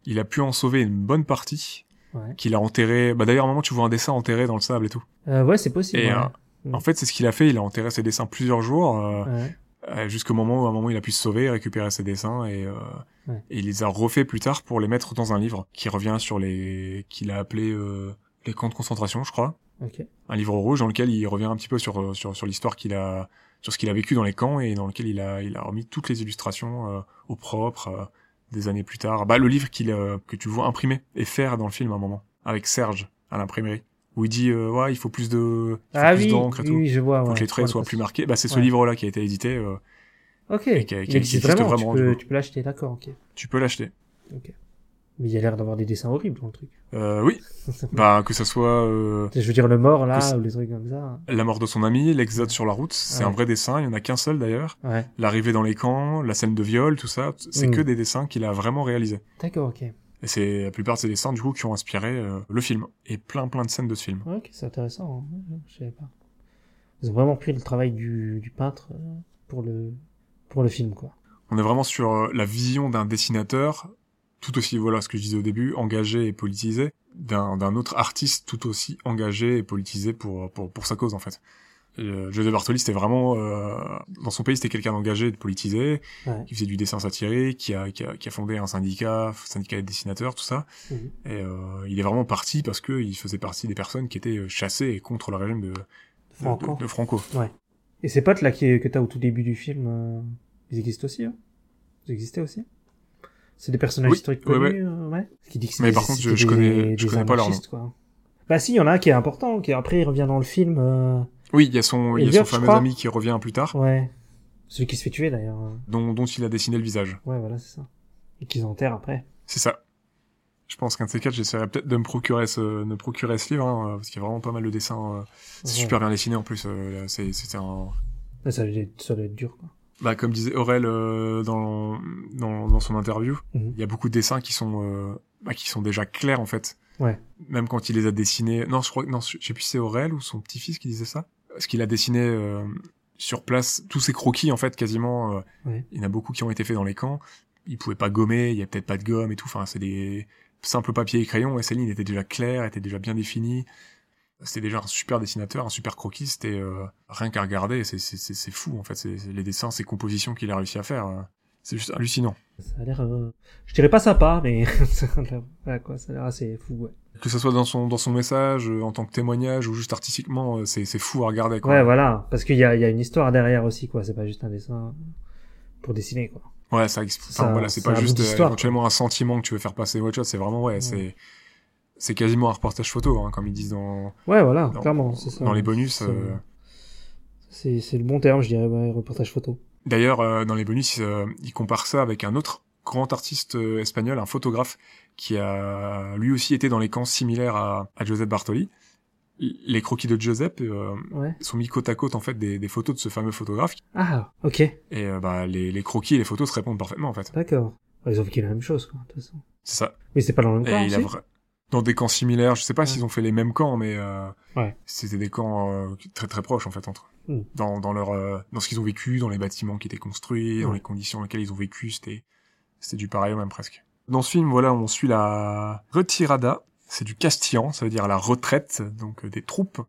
[SPEAKER 6] Il a pu en sauver une bonne partie
[SPEAKER 5] Ouais.
[SPEAKER 6] qu'il a enterré. Bah d'ailleurs, à un moment tu vois un dessin enterré dans le sable et tout.
[SPEAKER 5] Euh, ouais, c'est possible.
[SPEAKER 6] Et hein.
[SPEAKER 5] ouais.
[SPEAKER 6] un-
[SPEAKER 5] Mhm.
[SPEAKER 6] En fait, c'est ce qu'il a fait, il a enterré ses dessins plusieurs jours euh,
[SPEAKER 5] Ouais.
[SPEAKER 6] euh, jusqu'au moment où à un moment il a pu se sauver, récupérer ses dessins et, euh,
[SPEAKER 5] Ouais.
[SPEAKER 6] et il les a refait plus tard pour les mettre dans un livre qui revient sur les qu'il a appelé euh, les camps de concentration, je crois.
[SPEAKER 5] Ok.
[SPEAKER 6] un livre rouge dans lequel il revient un petit peu sur euh, sur, sur l'histoire qu'il a sur ce qu'il a vécu dans les camps et dans lequel il a il a remis toutes les illustrations euh, au propre euh, des années plus tard. Bah le livre qu'il euh, que tu vois imprimer et faire dans le film à un moment avec Serge à l'imprimerie où il dit euh, ouais il faut plus de il faut
[SPEAKER 5] Ah
[SPEAKER 6] plus
[SPEAKER 5] oui,
[SPEAKER 6] d'encre et
[SPEAKER 5] oui,
[SPEAKER 6] tout.
[SPEAKER 5] oui, je vois.
[SPEAKER 6] Faut
[SPEAKER 5] ouais.
[SPEAKER 6] que les traits
[SPEAKER 5] Ouais,
[SPEAKER 6] soient plus marqués. Bah, c'est ce
[SPEAKER 5] Ouais.
[SPEAKER 6] livre-là qui a été édité. euh,
[SPEAKER 5] Ok.
[SPEAKER 6] et qui- qui-
[SPEAKER 5] il
[SPEAKER 6] qui
[SPEAKER 5] existe
[SPEAKER 6] existe
[SPEAKER 5] vraiment.
[SPEAKER 6] vraiment,
[SPEAKER 5] tu
[SPEAKER 6] du
[SPEAKER 5] peux,
[SPEAKER 6] coup.
[SPEAKER 5] tu peux l'acheter, d'accord, ok.
[SPEAKER 6] tu peux l'acheter.
[SPEAKER 5] Mais il y a l'air d'avoir des dessins horribles dans le truc.
[SPEAKER 6] Euh, oui. Bah, que ça soit euh,
[SPEAKER 5] Je veux dire le mort
[SPEAKER 6] Que c'est-
[SPEAKER 5] là ou les trucs comme ça.
[SPEAKER 6] la mort de son ami, l'exode sur la route, c'est
[SPEAKER 5] Ouais.
[SPEAKER 6] un vrai dessin. Il y en a qu'un seul d'ailleurs.
[SPEAKER 5] Ouais.
[SPEAKER 6] l'arrivée dans les camps, la scène de viol, tout ça, c'est
[SPEAKER 5] Mm.
[SPEAKER 6] que des dessins qu'il a vraiment réalisés.
[SPEAKER 5] D'accord, ok.
[SPEAKER 6] Et c'est la plupart de ces dessins, du coup, qui ont inspiré euh, le film. Et plein, plein de scènes de ce film.
[SPEAKER 5] Ouais, Ok, c'est intéressant. hein. Ouais, ouais, Je savais pas. Ils ont vraiment pris le travail du, du peintre euh, pour le pour le film quoi.
[SPEAKER 6] On est vraiment sur euh, la vision d'un dessinateur, tout aussi, voilà ce que je disais au début, engagé et politisé, d'un d'un autre artiste tout aussi engagé et politisé pour, euh, pour, pour sa cause, en fait. Euh, Joseph Bartoli, c'était vraiment... euh, dans son pays, c'était quelqu'un d'engagé et de politisé,
[SPEAKER 5] Ouais.
[SPEAKER 6] qui faisait du dessin satirique, qui a, qui, a, qui a fondé un syndicat, syndicat des dessinateurs, tout ça.
[SPEAKER 5] Mhm.
[SPEAKER 6] Et euh, il est vraiment parti parce que il faisait partie des personnes qui étaient euh, chassées et contre le régime de, de-
[SPEAKER 5] Franco.
[SPEAKER 6] de- de Franco.
[SPEAKER 5] Et ces potes là qui, que t'as au tout début du film, euh, ils existent aussi. Hein ils existaient aussi. C'est des personnages
[SPEAKER 6] Oui,
[SPEAKER 5] historiques
[SPEAKER 6] ouais,
[SPEAKER 5] connus, euh, ouais. Qui dit que
[SPEAKER 6] Mais
[SPEAKER 5] c'était-
[SPEAKER 6] par contre, je-
[SPEAKER 5] c'était
[SPEAKER 6] je
[SPEAKER 5] des-
[SPEAKER 6] connais- je
[SPEAKER 5] des
[SPEAKER 6] connais pas leur
[SPEAKER 5] anarchistes, quoi. Bah si, il y en a un qui est important, qui après il revient dans le film. euh,
[SPEAKER 6] Oui, il y a son, il y a
[SPEAKER 5] Elliot,
[SPEAKER 6] son
[SPEAKER 5] je
[SPEAKER 6] fameux
[SPEAKER 5] crois.
[SPEAKER 6] ami qui revient plus tard,
[SPEAKER 5] Ouais. Celui qui se fait tuer d'ailleurs. euh.
[SPEAKER 6] dont, dont il a dessiné le visage.
[SPEAKER 5] Ouais, voilà, c'est ça. Et qu'ils enterrent après.
[SPEAKER 6] C'est ça. Je pense qu'un de ces quatre, j'essaierai peut-être de me procurer ce, me procurer ce livre, hein, euh, parce qu'il y a vraiment pas mal de dessins. euh, C'est
[SPEAKER 5] Ouais.
[SPEAKER 6] super bien dessiné en plus. euh, là, c'est- C'était un...
[SPEAKER 5] Ouais, ça, doit être- ça doit être dur, quoi.
[SPEAKER 6] Bah, comme disait Aurel euh, dans, dans, dans son interview,
[SPEAKER 5] Mhm.
[SPEAKER 6] il y a beaucoup de dessins qui sont, euh, bah, qui sont déjà clairs en fait.
[SPEAKER 5] Ouais.
[SPEAKER 6] Même quand il les a dessinés. Non, je crois que non, je sais plus si c'est Aurel ou son petit-fils qui disait ça. Parce qu'il a dessiné euh, sur place tous ses croquis en fait quasiment. euh,
[SPEAKER 5] Ouais.
[SPEAKER 6] Il y en a beaucoup qui ont été faits dans les camps. Il pouvait pas gommer, il y a peut-être pas de gomme et tout. Enfin, c'est des simples papiers et crayons. Et ces lignes étaient déjà claires, étaient déjà bien définies. C'était déjà un super dessinateur, un super croquiste, et euh, rien qu'à regarder, c'est- c'est c'est- c'est fou, en fait, c'est c'est les dessins, ces compositions qu'il a réussi à faire, euh, c'est juste hallucinant.
[SPEAKER 5] Ça a l'air. euh, Je dirais pas sympa, mais ça a l'air- voilà, quoi, ça a l'air assez fou, ouais.
[SPEAKER 6] Que ce soit dans son, dans son message, euh, en tant que témoignage, ou juste artistiquement, euh, c'est c'est fou à regarder, quoi.
[SPEAKER 5] Ouais, voilà, parce qu'il y a, il y a une histoire derrière aussi, quoi. C'est pas juste un dessin pour dessiner, quoi.
[SPEAKER 6] Ouais, ça, exp-
[SPEAKER 5] Ça-
[SPEAKER 6] enfin, voilà, c'est
[SPEAKER 5] ça
[SPEAKER 6] pas
[SPEAKER 5] rajoute
[SPEAKER 6] juste euh,
[SPEAKER 5] l'histoire,
[SPEAKER 6] éventuellement un sentiment que tu veux faire passer ou autre chose, c'est vraiment, ouais, c'est, c'est quasiment un reportage photo, hein, comme ils disent dans,
[SPEAKER 5] Ouais, voilà,
[SPEAKER 6] dans,
[SPEAKER 5] clairement, c'est ça.
[SPEAKER 6] dans les bonus.
[SPEAKER 5] C'est-
[SPEAKER 6] euh,
[SPEAKER 5] C'est c'est le bon terme, je dirais, ouais, reportage photo.
[SPEAKER 6] D'ailleurs, euh, dans les bonus, euh, il compare ça avec un autre grand artiste euh, espagnol, un photographe, qui a lui aussi été dans les camps similaires à, à Giuseppe Bartoli. L- Les croquis de Giuseppe euh,
[SPEAKER 5] Ouais.
[SPEAKER 6] sont mis côte à côte en fait des, des photos de ce fameux photographe
[SPEAKER 5] Ah, ok,
[SPEAKER 6] et euh, bah, les, les croquis et les photos se répondent parfaitement en fait.
[SPEAKER 5] d'accord. Ouais, Ils ont vécu la même chose, quoi, de toute façon.
[SPEAKER 6] C'est ça.
[SPEAKER 5] Mais c'est pas dans le même
[SPEAKER 6] Et
[SPEAKER 5] coin,
[SPEAKER 6] il a
[SPEAKER 5] si
[SPEAKER 6] vra- dans des camps similaires, je sais pas
[SPEAKER 5] Ouais.
[SPEAKER 6] s'ils ont fait les mêmes camps, mais euh,
[SPEAKER 5] Ouais.
[SPEAKER 6] c'était des camps euh, très très proches en fait entre eux.
[SPEAKER 5] Mm.
[SPEAKER 6] dans dans leur euh, dans ce qu'ils ont vécu, dans les bâtiments qui étaient construits, dans
[SPEAKER 5] Ouais.
[SPEAKER 6] les conditions dans lesquelles ils ont vécu, c'était c'était du pareil au même presque. Dans ce film, voilà, on suit la retirada, c'est du Castillan, ça veut dire la retraite donc euh, des troupes.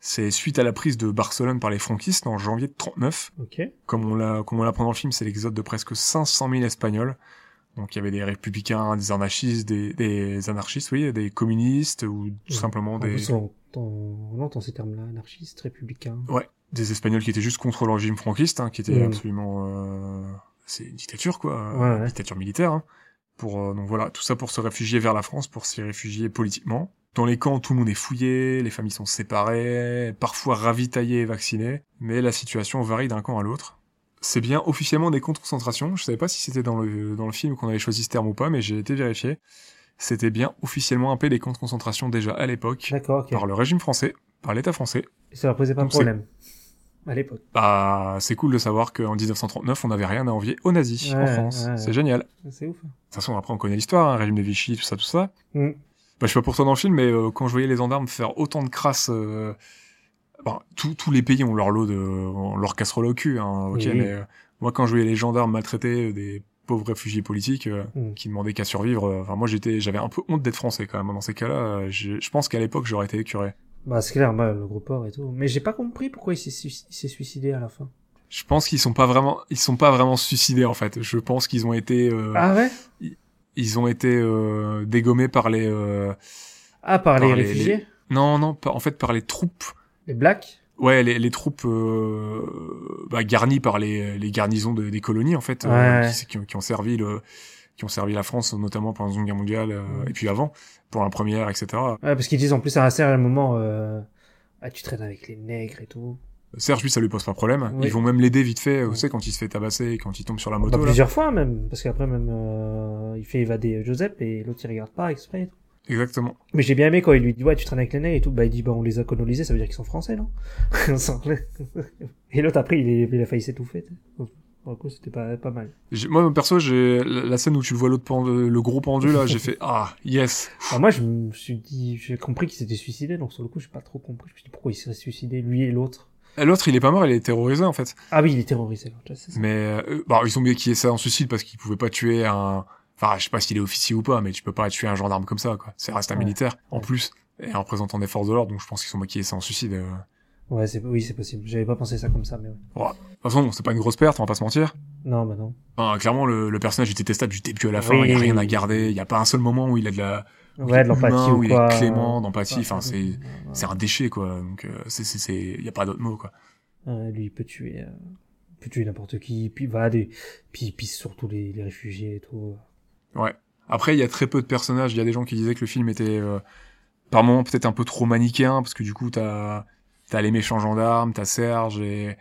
[SPEAKER 6] C'est suite à la prise de Barcelone par les franquistes en janvier de 39
[SPEAKER 5] Ok.
[SPEAKER 6] comme on l'a comme on l'apprend dans le film, c'est l'exode de presque 500 000 Espagnols. Donc il y avait des républicains, des anarchistes, des, des anarchistes, oui, des communistes ou tout
[SPEAKER 5] Ouais.
[SPEAKER 6] simplement
[SPEAKER 5] En
[SPEAKER 6] des,
[SPEAKER 5] plus, on, on- on entend ces termes-là, anarchiste, républicain.
[SPEAKER 6] des Espagnols qui étaient juste contre le régime franquiste, hein, qui était
[SPEAKER 5] Mm.
[SPEAKER 6] absolument euh, c'est une dictature quoi,
[SPEAKER 5] Ouais, ouais.
[SPEAKER 6] dictature militaire. hein. Pour euh, donc voilà tout ça pour se réfugier vers la France, pour s'y réfugier politiquement. Dans les camps, tout le monde est fouillé, les familles sont séparées, parfois ravitaillées et vaccinées, mais la situation varie d'un camp à l'autre. C'est bien officiellement des camps de concentration. Je savais pas si c'était dans le dans le film qu'on avait choisi ce terme ou pas, mais j'ai été vérifié. C'était bien officiellement appelé des camps de concentration déjà à l'époque
[SPEAKER 5] D'accord, ok.
[SPEAKER 6] par le régime français, par l'État français.
[SPEAKER 5] Et ça leur posait pas de
[SPEAKER 6] Donc, c'est-
[SPEAKER 5] problème. À l'époque.
[SPEAKER 6] Bah, c'est cool de savoir qu'en 1939, on n'avait rien à envier aux nazis en
[SPEAKER 5] Ouais,
[SPEAKER 6] France.
[SPEAKER 5] ouais.
[SPEAKER 6] C'est génial. De
[SPEAKER 5] C'est ouf. hein.
[SPEAKER 6] toute façon, après, on connaît l'histoire, hein, régime de Vichy, tout ça, tout ça.
[SPEAKER 5] Mm.
[SPEAKER 6] Bah, je sais pas pour toi dans le film, mais euh, quand je voyais les gendarmes faire autant de crasse... euh, bon, tous- tous les pays ont leur lot de... ont leur casserole au cul, hein, ok,
[SPEAKER 5] Oui.
[SPEAKER 6] mais euh, moi, quand je voyais les gendarmes maltraiter euh, des pauvres réfugiés politiques euh,
[SPEAKER 5] Mm.
[SPEAKER 6] qui demandaient qu'à survivre, euh, enfin, moi, j'étais j'avais un peu honte d'être français, quand même. Dans ces cas-là, euh, je je pense qu'à l'époque, j'aurais été écuré.
[SPEAKER 5] Bah, c'est clair, bah, le gros porc et tout. Mais j'ai pas compris pourquoi il s'est sui- il s'est suicidé à la fin.
[SPEAKER 6] Je pense qu'ils sont pas vraiment, ils sont pas vraiment suicidés en fait. Je pense qu'ils ont été euh,
[SPEAKER 5] Ah ouais
[SPEAKER 6] ils ont été euh, dégommés par les euh,
[SPEAKER 5] Ah, par, les,
[SPEAKER 6] Par les-
[SPEAKER 5] réfugiés Les,
[SPEAKER 6] non non par- en fait par les troupes
[SPEAKER 5] blacks
[SPEAKER 6] ouais les, les troupes euh, bah, garnies par les, les garnisons de- des colonies en fait euh,
[SPEAKER 5] Ouais.
[SPEAKER 6] qui, qui ont- qui ont servi le qui ont servi la France notamment pendant la Seconde Guerre mondiale euh,
[SPEAKER 5] Mm.
[SPEAKER 6] et puis avant pour la première etc
[SPEAKER 5] Ouais, parce qu'ils disent en plus à un certain moment, euh, ah, tu traînes avec les nègres et tout.
[SPEAKER 6] Serge lui ça lui pose pas de problème
[SPEAKER 5] Oui.
[SPEAKER 6] ils vont même l'aider vite fait euh,
[SPEAKER 5] Ouais.
[SPEAKER 6] tu sais quand il se fait tabasser quand il tombe sur la
[SPEAKER 5] Bah,
[SPEAKER 6] moto là.
[SPEAKER 5] plusieurs fois même, parce qu'après même, euh, il fait évader Joseph et l'autre il regarde pas exprès. et tout.
[SPEAKER 6] exactement
[SPEAKER 5] Mais j'ai bien aimé quand il lui dit, ouais, tu traînes avec les nègres et tout. Bah, il dit, bah, on les a colonisés, ça veut dire qu'ils sont français, non Et l'autre après, il, est- il a failli s'étouffer. tu sais. Donc, Pour le coup, c'était pas, pas mal.
[SPEAKER 6] J'ai- moi perso j'ai la la scène où tu vois l'autre pendu- le gros pendu là j'ai fait ah yes
[SPEAKER 5] Bah, moi, je me suis dit, j'ai compris qu'il s'était suicidé, donc sur le coup, j'ai pas trop compris. Je me suis dit, pourquoi il serait suicidé, lui et l'autre
[SPEAKER 6] l'autre il est pas mort il est terrorisé en fait
[SPEAKER 5] Ah oui, il est terrorisé. quoi, tu vois, c'est ça.
[SPEAKER 6] Mais euh, bah, ils ont bien qu'il y ait ça en suicide parce qu'ils pouvaient pas tuer un. Enfin, je sais pas s'il est officier ou pas, mais tu peux pas tuer un gendarme comme ça, quoi. Ça reste un
[SPEAKER 5] Ouais.
[SPEAKER 6] militaire, en
[SPEAKER 5] Ouais.
[SPEAKER 6] plus, et un représentant des forces de l'ordre, donc je pense qu'ils ont maquillé ça en suicide. euh. De
[SPEAKER 5] Ouais, c'est, oui, c'est possible. J'avais pas pensé ça comme ça, mais ouais.
[SPEAKER 6] toute façon, bon, c'est pas une grosse perte, on va pas se mentir.
[SPEAKER 5] Non, bah non.
[SPEAKER 6] Enfin, clairement, le, le personnage est détestable du début à la fin, il
[SPEAKER 5] Oui.
[SPEAKER 6] y a rien à garder, il y a pas un seul moment où il a de la. où il
[SPEAKER 5] Ouais,
[SPEAKER 6] est
[SPEAKER 5] de l'empathie
[SPEAKER 6] humain,
[SPEAKER 5] ou
[SPEAKER 6] où
[SPEAKER 5] quoi. euh,
[SPEAKER 6] il est clément, d'empathie, enfin, c'est.
[SPEAKER 5] Ouais.
[SPEAKER 6] C'est un déchet, quoi. Donc, euh, c'est, c'est, c'est, y a pas d'autre mot, quoi.
[SPEAKER 5] Euh, lui, il peut tuer, euh, il peut tuer n'importe qui, puis voilà, des, puis il pisse sur tous les, les réfugiés et tout.
[SPEAKER 6] Après, il y a très peu de personnages. Il y a des gens qui disaient que le film était euh, par moments peut-être un peu trop manichéen, parce que du coup, t'as as les méchants gendarmes, t'as Serge et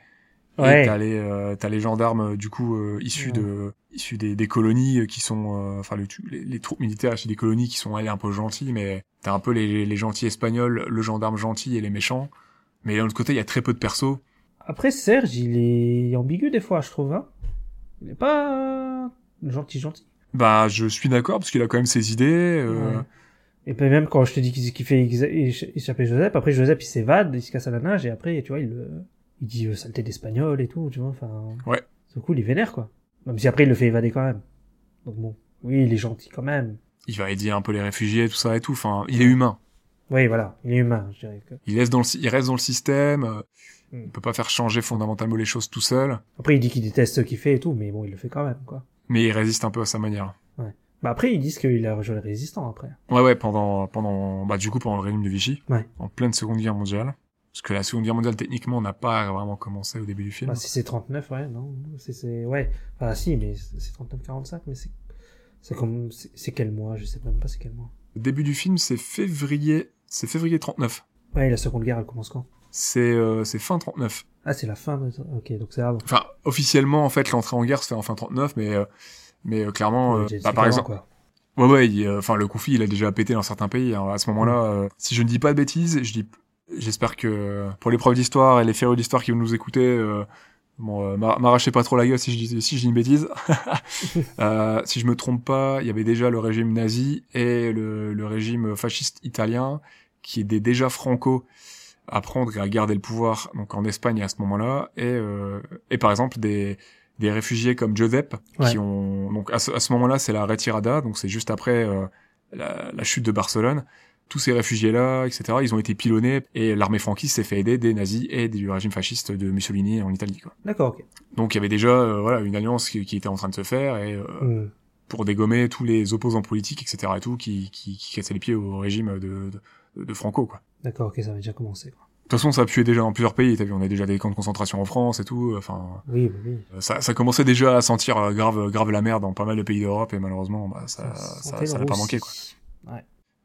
[SPEAKER 6] et
[SPEAKER 5] Ouais.
[SPEAKER 6] t'as les euh, t'as les gendarmes euh, du coup euh, issus
[SPEAKER 5] Ouais.
[SPEAKER 6] de issus des, des colonies euh, qui sont euh, enfin le tu- les, les troupes militaires issues des colonies qui sont allés un peu gentils, mais t'as un peu les, les gentils espagnols, le gendarme gentil et les méchants. Mais d'un autre côté, il y a très peu de persos.
[SPEAKER 5] Après, Serge, il est ambigu des fois, je trouve, hein. Il est pas euh, gentil, gentil.
[SPEAKER 6] Bah, je suis d'accord parce qu'il a quand même ses idées. euh,
[SPEAKER 5] Ouais. Et puis même quand je te dis qu'il qu'il fait exa- écha- échapper Joseph, après Joseph, il s'évade, il se casse à la nage, et après, tu vois, il, le- il dit euh, saleté d'espagnol et tout, tu vois, enfin.
[SPEAKER 6] Ouais.
[SPEAKER 5] Du coup, il est vénère, quoi. Même si après, il le fait évader quand même. Donc bon. Oui, il est gentil quand même.
[SPEAKER 6] Il va aider un peu les réfugiés, tout ça et tout. Enfin, il est humain.
[SPEAKER 5] Oui, voilà, il est humain, je dirais. que-
[SPEAKER 6] Il, laisse dans le, sy- il reste dans le système, euh,
[SPEAKER 5] Mm.
[SPEAKER 6] il peut pas faire changer fondamentalement les choses tout seul,
[SPEAKER 5] Après, il dit qu'il déteste ce qu'il fait et tout, mais bon, il le fait quand même, quoi.
[SPEAKER 6] mais il résiste un peu à sa manière.
[SPEAKER 5] Bah après, ils disent qu'il a rejoint les résistants, après.
[SPEAKER 6] Ouais, ouais, pendant, pendant, bah, du coup, pendant le régime de Vichy,
[SPEAKER 5] Ouais.
[SPEAKER 6] en pleine Seconde Guerre mondiale. Parce que la Seconde Guerre mondiale, techniquement, n'a pas vraiment commencé au début du film.
[SPEAKER 5] Bah, si c'est 39, ouais, non. C'est, c'est, ouais. Enfin, si, mais c'est 39-45, mais c'est, c'est comme, c'est, c'est quel mois? Je sais même pas c'est quel mois.
[SPEAKER 6] Le début du film, c'est février, c'est février 39.
[SPEAKER 5] Ouais, la seconde guerre, elle commence quand?
[SPEAKER 6] C'est, euh, c'est fin 39.
[SPEAKER 5] Ah, c'est la fin de, ok, donc c'est avant.
[SPEAKER 6] Enfin, officiellement, en fait, l'entrée en guerre se fait en fin 39, mais, euh, mais euh, clairement, euh,
[SPEAKER 5] Ouais, c'est
[SPEAKER 6] bah, par
[SPEAKER 5] avant,
[SPEAKER 6] exemple,
[SPEAKER 5] quoi.
[SPEAKER 6] Ouais, ouais, il, euh, enfin, le conflit, il a déjà pété dans certains pays. hein. À ce moment-là, euh, si je ne dis pas de bêtises, je dis, j'espère que euh, pour les profs d'histoire et les férus d'histoire qui vont nous écouter, euh, bon, euh, m'ar- m'arrachez pas trop la gueule si je dis, si je dis une bêtise. Euh, si je me trompe pas, il y avait déjà le régime nazi et le, le régime fasciste italien qui aidait déjà Franco à prendre et à garder le pouvoir, donc en Espagne à ce moment-là, et, euh, et par exemple des, des réfugiés comme Giuseppe,
[SPEAKER 5] Ouais.
[SPEAKER 6] qui ont donc à ce, à ce moment-là c'est la retirada, donc c'est juste après euh, la, la chute de Barcelone. Tous ces réfugiés-là, etc., ils ont été pilonnés et l'armée franquiste s'est fait aider des nazis et du régime fasciste de Mussolini en Italie. Quoi.
[SPEAKER 5] D'accord, ok.
[SPEAKER 6] Donc il y avait déjà euh, voilà une alliance qui, qui était en train de se faire et euh,
[SPEAKER 5] Hmm.
[SPEAKER 6] pour dégommer tous les opposants politiques, etc. et tout, qui, qui, qui cassaient les pieds au régime de, de, de Franco, quoi.
[SPEAKER 5] D'accord, ok, ça avait déjà commencé, quoi.
[SPEAKER 6] De toute façon, ça a pué déjà dans plusieurs pays, t'as vu, on a déjà des camps de concentration en France et tout, euh, enfin,
[SPEAKER 5] Oui, bah oui.
[SPEAKER 6] euh, ça, ça commençait déjà à sentir euh, grave, grave la merde dans pas mal de pays d'Europe, et malheureusement, bah, ça, ça,
[SPEAKER 5] sentait
[SPEAKER 6] ça
[SPEAKER 5] le
[SPEAKER 6] l'a pas
[SPEAKER 5] roussi.
[SPEAKER 6] manqué, quoi.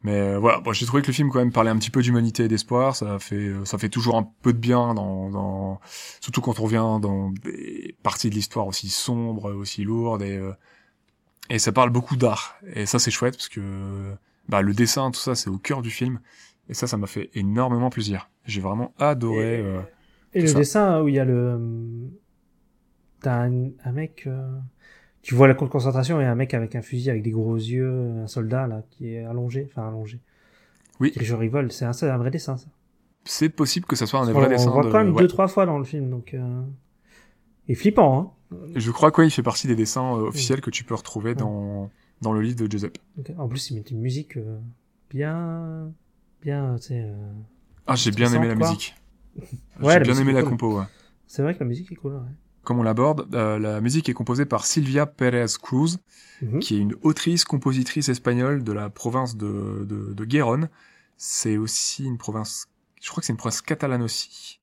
[SPEAKER 6] Mais euh, voilà, bon, j'ai trouvé que le film quand même parlait un petit peu d'humanité et d'espoir. Ça fait, euh, ça fait toujours un peu de bien, dans, dans- surtout quand on revient dans des parties de l'histoire aussi sombres, aussi lourdes, et, euh, et ça parle beaucoup d'art. Et ça c'est chouette parce que euh, bah, le dessin, tout ça, c'est au cœur du film. Et ça, ça m'a fait énormément plaisir. J'ai vraiment adoré.
[SPEAKER 5] Et-
[SPEAKER 6] euh,
[SPEAKER 5] Et le
[SPEAKER 6] Ça.
[SPEAKER 5] dessin hein, où il y a le, hum, t'as un, un mec, euh, tu vois la camp de concentration et un mec avec un fusil avec des gros yeux, un soldat là qui est allongé, enfin allongé.
[SPEAKER 6] Oui.
[SPEAKER 5] Qui rivole, c'est un, c'est un vrai dessin ça.
[SPEAKER 6] C'est possible que ça soit un des
[SPEAKER 5] on
[SPEAKER 6] vrais
[SPEAKER 5] le
[SPEAKER 6] dessins.
[SPEAKER 5] voit
[SPEAKER 6] de-
[SPEAKER 5] quand même
[SPEAKER 6] ouais.
[SPEAKER 5] deux trois fois dans le film donc. Euh... Il est flippant hein.
[SPEAKER 6] Je crois quoi, il fait partie des dessins euh, officiels que tu peux retrouver dans dans le livre de Giuseppe.
[SPEAKER 5] Donc, en plus il met une musique euh, bien, bien, euh, tu sais. euh,
[SPEAKER 6] Ah, j'ai bien aimé la
[SPEAKER 5] Quoi
[SPEAKER 6] musique.
[SPEAKER 5] Ouais,
[SPEAKER 6] j'ai
[SPEAKER 5] la
[SPEAKER 6] bien
[SPEAKER 5] musique
[SPEAKER 6] aimé
[SPEAKER 5] est
[SPEAKER 6] la
[SPEAKER 5] cool.
[SPEAKER 6] compo. ouais.
[SPEAKER 5] C'est vrai que la musique est cool. Ouais.
[SPEAKER 6] comme on l'aborde, euh, la musique est composée par Silvia Pérez Cruz,
[SPEAKER 5] Mhm.
[SPEAKER 6] qui est une autrice, compositrice espagnole de la province de, de, de Guérone. C'est aussi une province, je crois que c'est une province catalane aussi.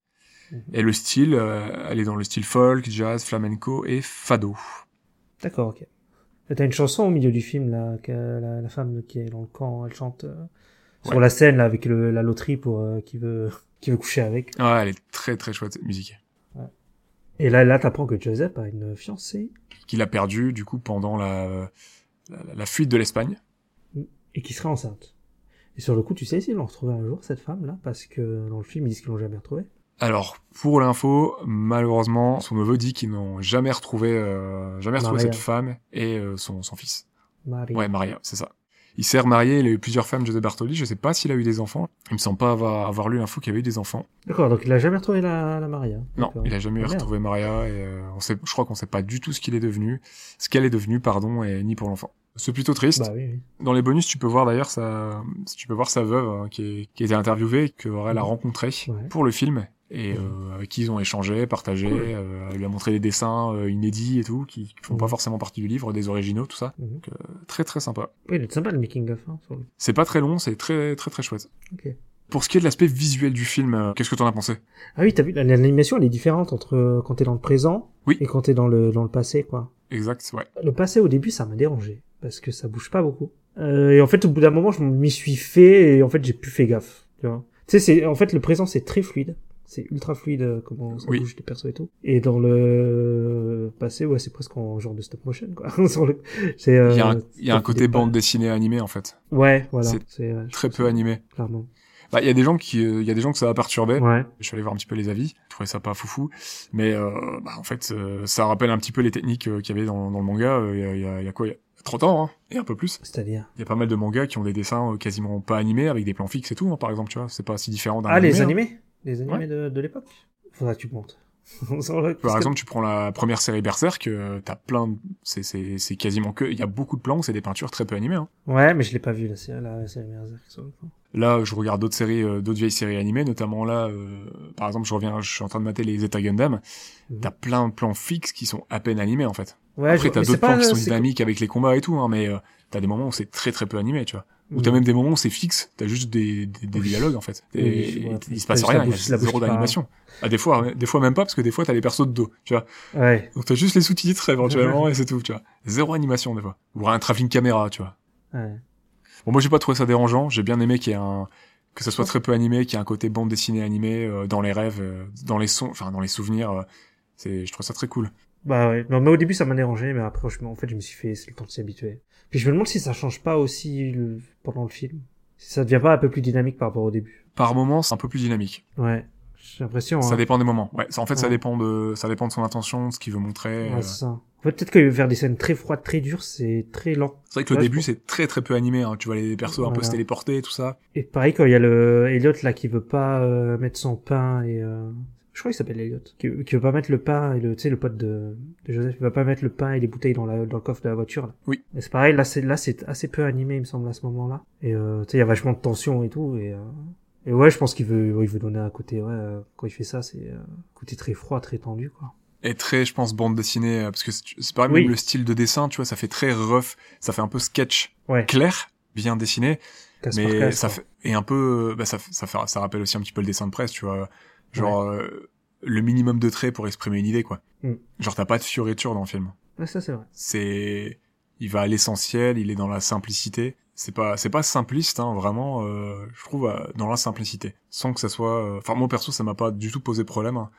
[SPEAKER 5] Mhm.
[SPEAKER 6] Et le style, euh, elle est dans le style folk, jazz, flamenco et fado.
[SPEAKER 5] D'accord, ok. Et T'as une chanson au milieu du film là, que la, la femme qui est dans le camp, elle chante euh, sur
[SPEAKER 6] Ouais.
[SPEAKER 5] la scène là avec le, la loterie pour euh, qui veut qui veut coucher avec.
[SPEAKER 6] Ah, elle est très très chouette cette musique.
[SPEAKER 5] Et là, là, t'apprends que Joseph a une fiancée
[SPEAKER 6] Qu'il a perdue du coup pendant la, la, la fuite de l'Espagne.
[SPEAKER 5] et qui serait enceinte. Et sur le coup, tu sais s'ils l'ont retrouvée un jour cette femme là, parce que dans le film ils disent qu'ils l'ont jamais retrouvée.
[SPEAKER 6] Alors pour l'info, malheureusement, son neveu dit qu'ils n'ont jamais retrouvé, euh, jamais retrouvé
[SPEAKER 5] Maria.
[SPEAKER 6] cette femme et euh, son, son fils.
[SPEAKER 5] Marie.
[SPEAKER 6] Ouais, Maria, c'est ça. Il s'est remarié, il a eu plusieurs femmes, José Bartoli. Je sais pas s'il a eu des enfants. Il me semble pas avoir, avoir lu l'info qu'il avait eu des enfants.
[SPEAKER 5] D'accord, donc il a jamais retrouvé la, la Maria.
[SPEAKER 6] Non,
[SPEAKER 5] D'accord.
[SPEAKER 6] il a jamais
[SPEAKER 5] Ah, merde.
[SPEAKER 6] retrouvé Maria. Et euh, on sait, je crois qu'on sait pas du tout ce qu'il est devenu, ce qu'elle est devenue, pardon, et ni pour l'enfant. C'est plutôt triste.
[SPEAKER 5] Bah oui, oui.
[SPEAKER 6] Dans les bonus, tu peux voir d'ailleurs sa, tu peux voir sa veuve hein, qui, est, qui a été interviewée, et que Aurel a rencontrée
[SPEAKER 5] Ouais.
[SPEAKER 6] pour le film et euh, avec qui ils ont échangé, partagé,
[SPEAKER 5] Cool.
[SPEAKER 6] euh, elle lui a montré des dessins euh, inédits et tout qui, qui font pas
[SPEAKER 5] Mhm.
[SPEAKER 6] forcément partie du livre, des originaux, tout ça.
[SPEAKER 5] Mhm.
[SPEAKER 6] Donc, euh, très très sympa.
[SPEAKER 5] Oui, il est sympa le making of. Hein, sur le-
[SPEAKER 6] C'est pas très long, c'est très très très chouette.
[SPEAKER 5] Ok.
[SPEAKER 6] Pour ce qui est de l'aspect visuel du film, euh, qu'est-ce que t'en as pensé
[SPEAKER 5] Ah oui, t'as vu, l'animation elle est différente entre euh, quand t'es dans le présent
[SPEAKER 6] Oui.
[SPEAKER 5] et quand t'es dans le dans le passé quoi.
[SPEAKER 6] Exact, ouais.
[SPEAKER 5] Le passé au début, ça m'a dérangé parce que ça bouge pas beaucoup. Euh, et en fait, au bout d'un moment, je m'y suis fait et en fait, j'ai plus fait gaffe. Tu vois. Tu sais, c'est en fait le présent, c'est très fluide, c'est ultra fluide euh, comment ça
[SPEAKER 6] Oui.
[SPEAKER 5] bouge les persos et tout. Et dans le passé, ouais, c'est presque en genre de stop motion quoi. Sur le- c'est,
[SPEAKER 6] Il y a
[SPEAKER 5] euh,
[SPEAKER 6] un, il y a un
[SPEAKER 5] ça fait
[SPEAKER 6] côté
[SPEAKER 5] des
[SPEAKER 6] bande
[SPEAKER 5] pas-
[SPEAKER 6] dessinée animée en fait,
[SPEAKER 5] Ouais, voilà.
[SPEAKER 6] C'est
[SPEAKER 5] C'est ouais,
[SPEAKER 6] très peu animé.
[SPEAKER 5] clairement.
[SPEAKER 6] Bah, il y a des gens qui, euh, il y a des gens que ça a perturbé.
[SPEAKER 5] Ouais.
[SPEAKER 6] Je suis allé voir un petit peu les avis, je trouvais ça pas foufou, mais euh, bah, en fait, euh, ça rappelle un petit peu les techniques euh, qu'il y avait dans, dans le manga. euh, Il y a- il y, a, il y a quoi il y a 30 ans, hein, et un peu plus.
[SPEAKER 5] C'est-à-dire.
[SPEAKER 6] Il y a pas mal de mangas qui ont des dessins euh, quasiment pas animés avec des plans fixes et tout, hein, par exemple, tu vois. C'est pas si différent d'un
[SPEAKER 5] Ah, les
[SPEAKER 6] animé, hein.
[SPEAKER 5] animés, les animés de, de l'époque. Faudra que tu montes. On s'en va-
[SPEAKER 6] Par exemple, tu prends la première série Berserk, euh, t'as plein, de- c'est- c'est c'est quasiment que, il y a beaucoup de plans où c'est des peintures très peu animées. hein.
[SPEAKER 5] Ouais, mais je l'ai pas vu, la série, la série Berserk, sur le coup.
[SPEAKER 6] Là, je regarde d'autres séries, euh, d'autres vieilles séries animées, notamment là, euh, par exemple, je reviens, je suis en train de mater les Zeta Gundam.
[SPEAKER 5] Mhm.
[SPEAKER 6] T'as plein de plans fixes qui sont à peine animés en fait.
[SPEAKER 5] Ouais,
[SPEAKER 6] Après,
[SPEAKER 5] Ah, je-
[SPEAKER 6] t'as
[SPEAKER 5] mais
[SPEAKER 6] d'autres
[SPEAKER 5] c'est pas-
[SPEAKER 6] plans qui sont
[SPEAKER 5] c'est-
[SPEAKER 6] dynamiques avec les combats et tout, hein, mais euh, t'as des moments où c'est très très peu animé, tu vois. Ou t'as
[SPEAKER 5] Mhm.
[SPEAKER 6] même des moments où c'est fixe, t'as juste des, des, des
[SPEAKER 5] Oui.
[SPEAKER 6] dialogues en fait.
[SPEAKER 5] Oui,
[SPEAKER 6] Et
[SPEAKER 5] je vois.
[SPEAKER 6] il se
[SPEAKER 5] T'as
[SPEAKER 6] passe
[SPEAKER 5] juste
[SPEAKER 6] rien,
[SPEAKER 5] la
[SPEAKER 6] il y a
[SPEAKER 5] bouche- la bouche
[SPEAKER 6] zéro
[SPEAKER 5] qui parle.
[SPEAKER 6] d'animation. Ah, des fois, des fois même pas, parce que des fois t'as les persos de dos, tu vois.
[SPEAKER 5] Ouais.
[SPEAKER 6] Donc t'as juste les sous-titres éventuellement et c'est tout, tu vois. Zéro animation des fois. Ou un travelling caméra, tu vois.
[SPEAKER 5] ouais.
[SPEAKER 6] Bon, moi j'ai pas trouvé ça dérangeant, j'ai bien aimé qu'il y ait un que ça soit très peu animé, qu'il y ait un côté bande dessinée animée euh, dans les rêves, euh, dans les sons, enfin dans les souvenirs, euh, c'est je trouve ça très cool.
[SPEAKER 5] Bah ouais. Non, mais au début, ça m'a dérangé, mais après, je, me- en fait, je me suis fait, c'est le temps de s'y habituer. Puis je me demande si ça change pas aussi le- pendant le film. Si ça devient pas un peu plus dynamique par rapport au début.
[SPEAKER 6] Par moments, c'est un peu plus dynamique.
[SPEAKER 5] Ouais. J'ai l'impression,
[SPEAKER 6] Ça
[SPEAKER 5] hein.
[SPEAKER 6] dépend des moments. Ouais, ça- en fait ça
[SPEAKER 5] Ouais.
[SPEAKER 6] dépend de ça dépend de son intention, de ce qu'il veut montrer. euh.
[SPEAKER 5] Ouais, c'est
[SPEAKER 6] c'est
[SPEAKER 5] ça. En fait, peut-être que vers des scènes très froides, très dures, c'est très lent.
[SPEAKER 6] vrai que le
[SPEAKER 5] Ouais, je
[SPEAKER 6] début
[SPEAKER 5] pense.
[SPEAKER 6] c'est très très peu animé, hein. tu vois les persos un peu
[SPEAKER 5] Voilà.
[SPEAKER 6] se téléporter tout ça.
[SPEAKER 5] Et pareil, quand il y a le Elliot, là, qui veut pas euh, mettre son pain et, euh, je crois qu'il s'appelle Elliot, qui, qui veut pas mettre le pain et le, tu sais, le pote de, de Joseph, il va pas mettre le pain et les bouteilles dans, la, dans le coffre de la voiture, là.
[SPEAKER 6] Oui.
[SPEAKER 5] Et c'est pareil, là, c'est, là, c'est assez peu animé, il me semble, à ce moment-là. Et, euh, tu sais, il y a vachement de tension et tout, et, euh, et ouais, je pense qu'il veut, ouais, il veut donner un côté, ouais, euh, quand il fait ça, c'est, euh, un côté très froid, très tendu, quoi.
[SPEAKER 6] Et très je pense bande dessinée euh, parce que c'est c'est pareil
[SPEAKER 5] Oui.
[SPEAKER 6] même le style de dessin, tu vois, ça fait très rough, ça fait un peu sketch,
[SPEAKER 5] Ouais.
[SPEAKER 6] clair, bien dessiné
[SPEAKER 5] Casse par
[SPEAKER 6] mais
[SPEAKER 5] casse,
[SPEAKER 6] ça
[SPEAKER 5] quoi.
[SPEAKER 6] fait et un peu euh, bah, ça, f- ça, fait- ça rappelle aussi un petit peu le dessin de presse tu vois genre euh, le minimum de traits pour exprimer une idée quoi
[SPEAKER 5] Mm.
[SPEAKER 6] genre t'as pas de fioriture dans le film
[SPEAKER 5] Ouais, ça, c'est vrai.
[SPEAKER 6] c'est il va à l'essentiel il est dans la simplicité c'est pas c'est pas simpliste hein, vraiment euh, je trouve euh, dans la simplicité sans que ça soit euh, enfin moi perso ça m'a pas du tout posé problème hein.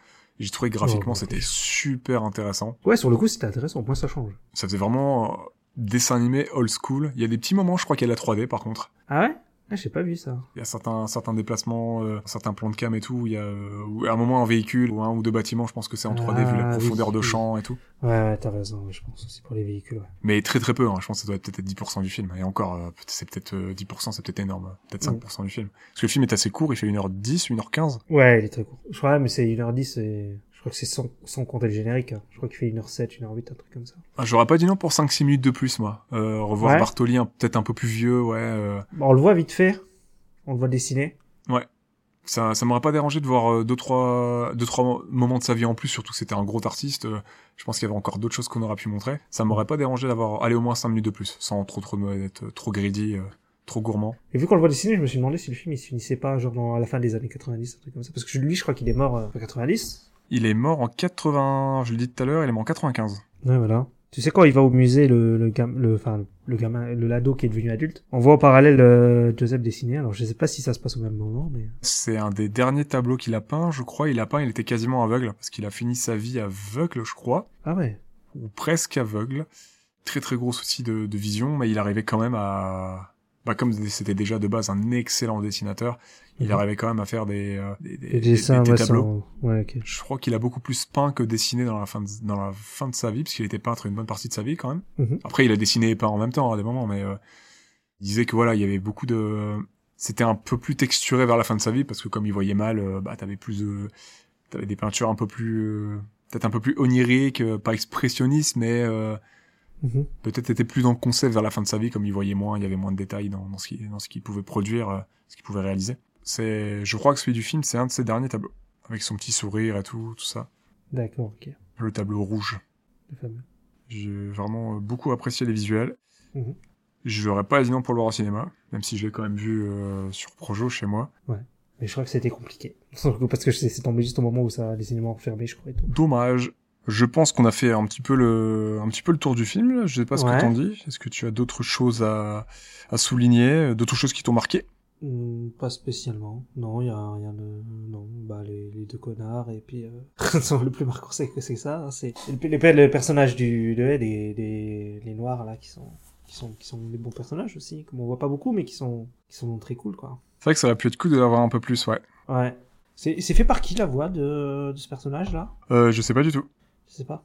[SPEAKER 6] j'ai trouvé que graphiquement
[SPEAKER 5] non
[SPEAKER 6] c'était super intéressant
[SPEAKER 5] Ouais, sur le coup, c'était intéressant, au moins, ça change.
[SPEAKER 6] ça faisait vraiment euh, dessin animé old school il y a des petits moments je crois qu'il y a de la 3D par contre
[SPEAKER 5] Ah ouais? Ah, j'ai pas vu ça.
[SPEAKER 6] il y a certains, certains déplacements, euh, certains plans de cam et tout, où il y a euh, où à un moment un véhicule ou un ou deux bâtiments, je pense que c'est en 3D vu la
[SPEAKER 5] Ah, oui,
[SPEAKER 6] profondeur de
[SPEAKER 5] oui.
[SPEAKER 6] champ et tout.
[SPEAKER 5] Ouais, ouais, t'as raison, ouais, je pense aussi pour les véhicules, ouais.
[SPEAKER 6] Mais très très peu, hein. je pense que ça doit être peut-être 10% du film. Et encore, euh, peut- c'est peut-être euh, 10%, c'est peut-être énorme, peut-être
[SPEAKER 5] Oui.
[SPEAKER 6] 5% du film. Parce que le film est assez court, il fait 1h10, 1h15.
[SPEAKER 5] Ouais, il est très court. Je crois, mais c'est 1h10 et je crois que c'est sans, sans compter le générique. hein. Je crois qu'il fait 1h7, 1h8, un truc comme ça.
[SPEAKER 6] Ah, J'aurais pas dit non pour 5-6 minutes de plus, moi. Euh, revoir
[SPEAKER 5] Ouais.
[SPEAKER 6] Bartoli un- peut-être un peu plus vieux, ouais. euh,
[SPEAKER 5] Bon, Bah, on le voit vite fait. On le voit dessiner.
[SPEAKER 6] ça ça m'aurait pas dérangé de voir 2-3 deux, trois, deux, trois moments de sa vie en plus, surtout que c'était un gros artiste. euh, Je pense qu'il y avait encore d'autres choses qu'on aurait pu montrer. Ça m'aurait pas dérangé d'avoir allé au moins 5 minutes de plus, sans trop trop être trop greedy, euh, trop gourmand.
[SPEAKER 5] Et vu qu'on le voit dessiner, je me suis demandé si le film il se finissait pas genre dans- à la fin des années 90, un truc comme ça. Parce que lui, je crois qu'il est mort euh, en 90.
[SPEAKER 6] Il est mort en 80, je l'ai dit tout à l'heure, il est mort en 95.
[SPEAKER 5] Ouais, voilà. Tu sais quand il va au musée, le, le, gam- le, enfin, le gamin, le lado qui est devenu adulte, on voit en parallèle euh, Joseph dessiner. Alors je sais pas si ça se passe au même moment, mais
[SPEAKER 6] C'est un des derniers tableaux qu'il a peint, je crois. Il a peint, il était quasiment aveugle, parce qu'il a fini sa vie aveugle, je crois,
[SPEAKER 5] ah ouais.
[SPEAKER 6] ou presque aveugle. Très très gros souci de, de vision, mais il arrivait quand même à... Bah, comme c'était déjà de base un excellent dessinateur, il
[SPEAKER 5] Mhm.
[SPEAKER 6] arrivait quand même à faire des, euh, des, des-
[SPEAKER 5] Les
[SPEAKER 6] des-
[SPEAKER 5] dessins,
[SPEAKER 6] des
[SPEAKER 5] ouais,
[SPEAKER 6] tableaux.
[SPEAKER 5] sans- ouais, ok.
[SPEAKER 6] Je crois qu'il a beaucoup plus peint que dessiné dans la fin de, dans la fin de sa vie, parce qu'il était peintre une bonne partie de sa vie quand même.
[SPEAKER 5] Mhm.
[SPEAKER 6] Après, il a dessiné et peint en même temps à des moments, mais euh, il disait que voilà, il y avait beaucoup de, c'était un peu plus texturé vers la fin de sa vie, parce que comme il voyait mal, euh, bah t'avais plus de, t'avais des peintures un peu plus, euh, peut-être un peu plus oniriques, euh, pas expressionnistes, mais euh,
[SPEAKER 5] Mhm.
[SPEAKER 6] peut-être était plus dans le concept vers la fin de sa vie, comme il voyait moins, il y avait moins de détails dans, dans ce qu'il dans ce qu'il pouvait produire, euh, ce qu'il pouvait réaliser. C'est, je crois que celui du film, c'est un de ses derniers tableaux, avec son petit sourire et tout, tout ça.
[SPEAKER 5] D'accord, ok.
[SPEAKER 6] Le tableau rouge.
[SPEAKER 5] Le fameux.
[SPEAKER 6] J'ai vraiment euh, beaucoup apprécié les visuels.
[SPEAKER 5] Mhm.
[SPEAKER 6] Je l'aurais pas dit non pour le voir au cinéma, même si je l'ai quand même vu euh, sur Projo chez moi.
[SPEAKER 5] Mais je crois que c'était compliqué. Parce que c'est c'est tombé juste au moment où ça, les cinémas ont fermé, je crois, et tout.
[SPEAKER 6] Dommage. Je pense qu'on a fait un petit peu le, un petit peu le tour du film. là. Je sais pas ce
[SPEAKER 5] Ouais.
[SPEAKER 6] que t'en dis. Est-ce que tu as d'autres choses à, à souligner, euh, d'autres choses qui t'ont marqué
[SPEAKER 5] Hmm, pas spécialement. Non, il y a rien de. Non, bah, les, les deux connards, et puis. euh, non, le plus marquant, c'est que c'est ça. hein, c'est le, le, le personnage du, de, des, des, les noirs, là, qui sont, qui sont, qui sont des bons personnages aussi, comme on voit pas beaucoup, mais qui sont, qui sont très cool, quoi.
[SPEAKER 6] C'est vrai que ça aurait pu être cool de l'avoir un peu plus, ouais.
[SPEAKER 5] Ouais. C'est c'est fait par qui la voix de, de ce personnage, là
[SPEAKER 6] Euh, je sais pas du tout.
[SPEAKER 5] Je sais pas.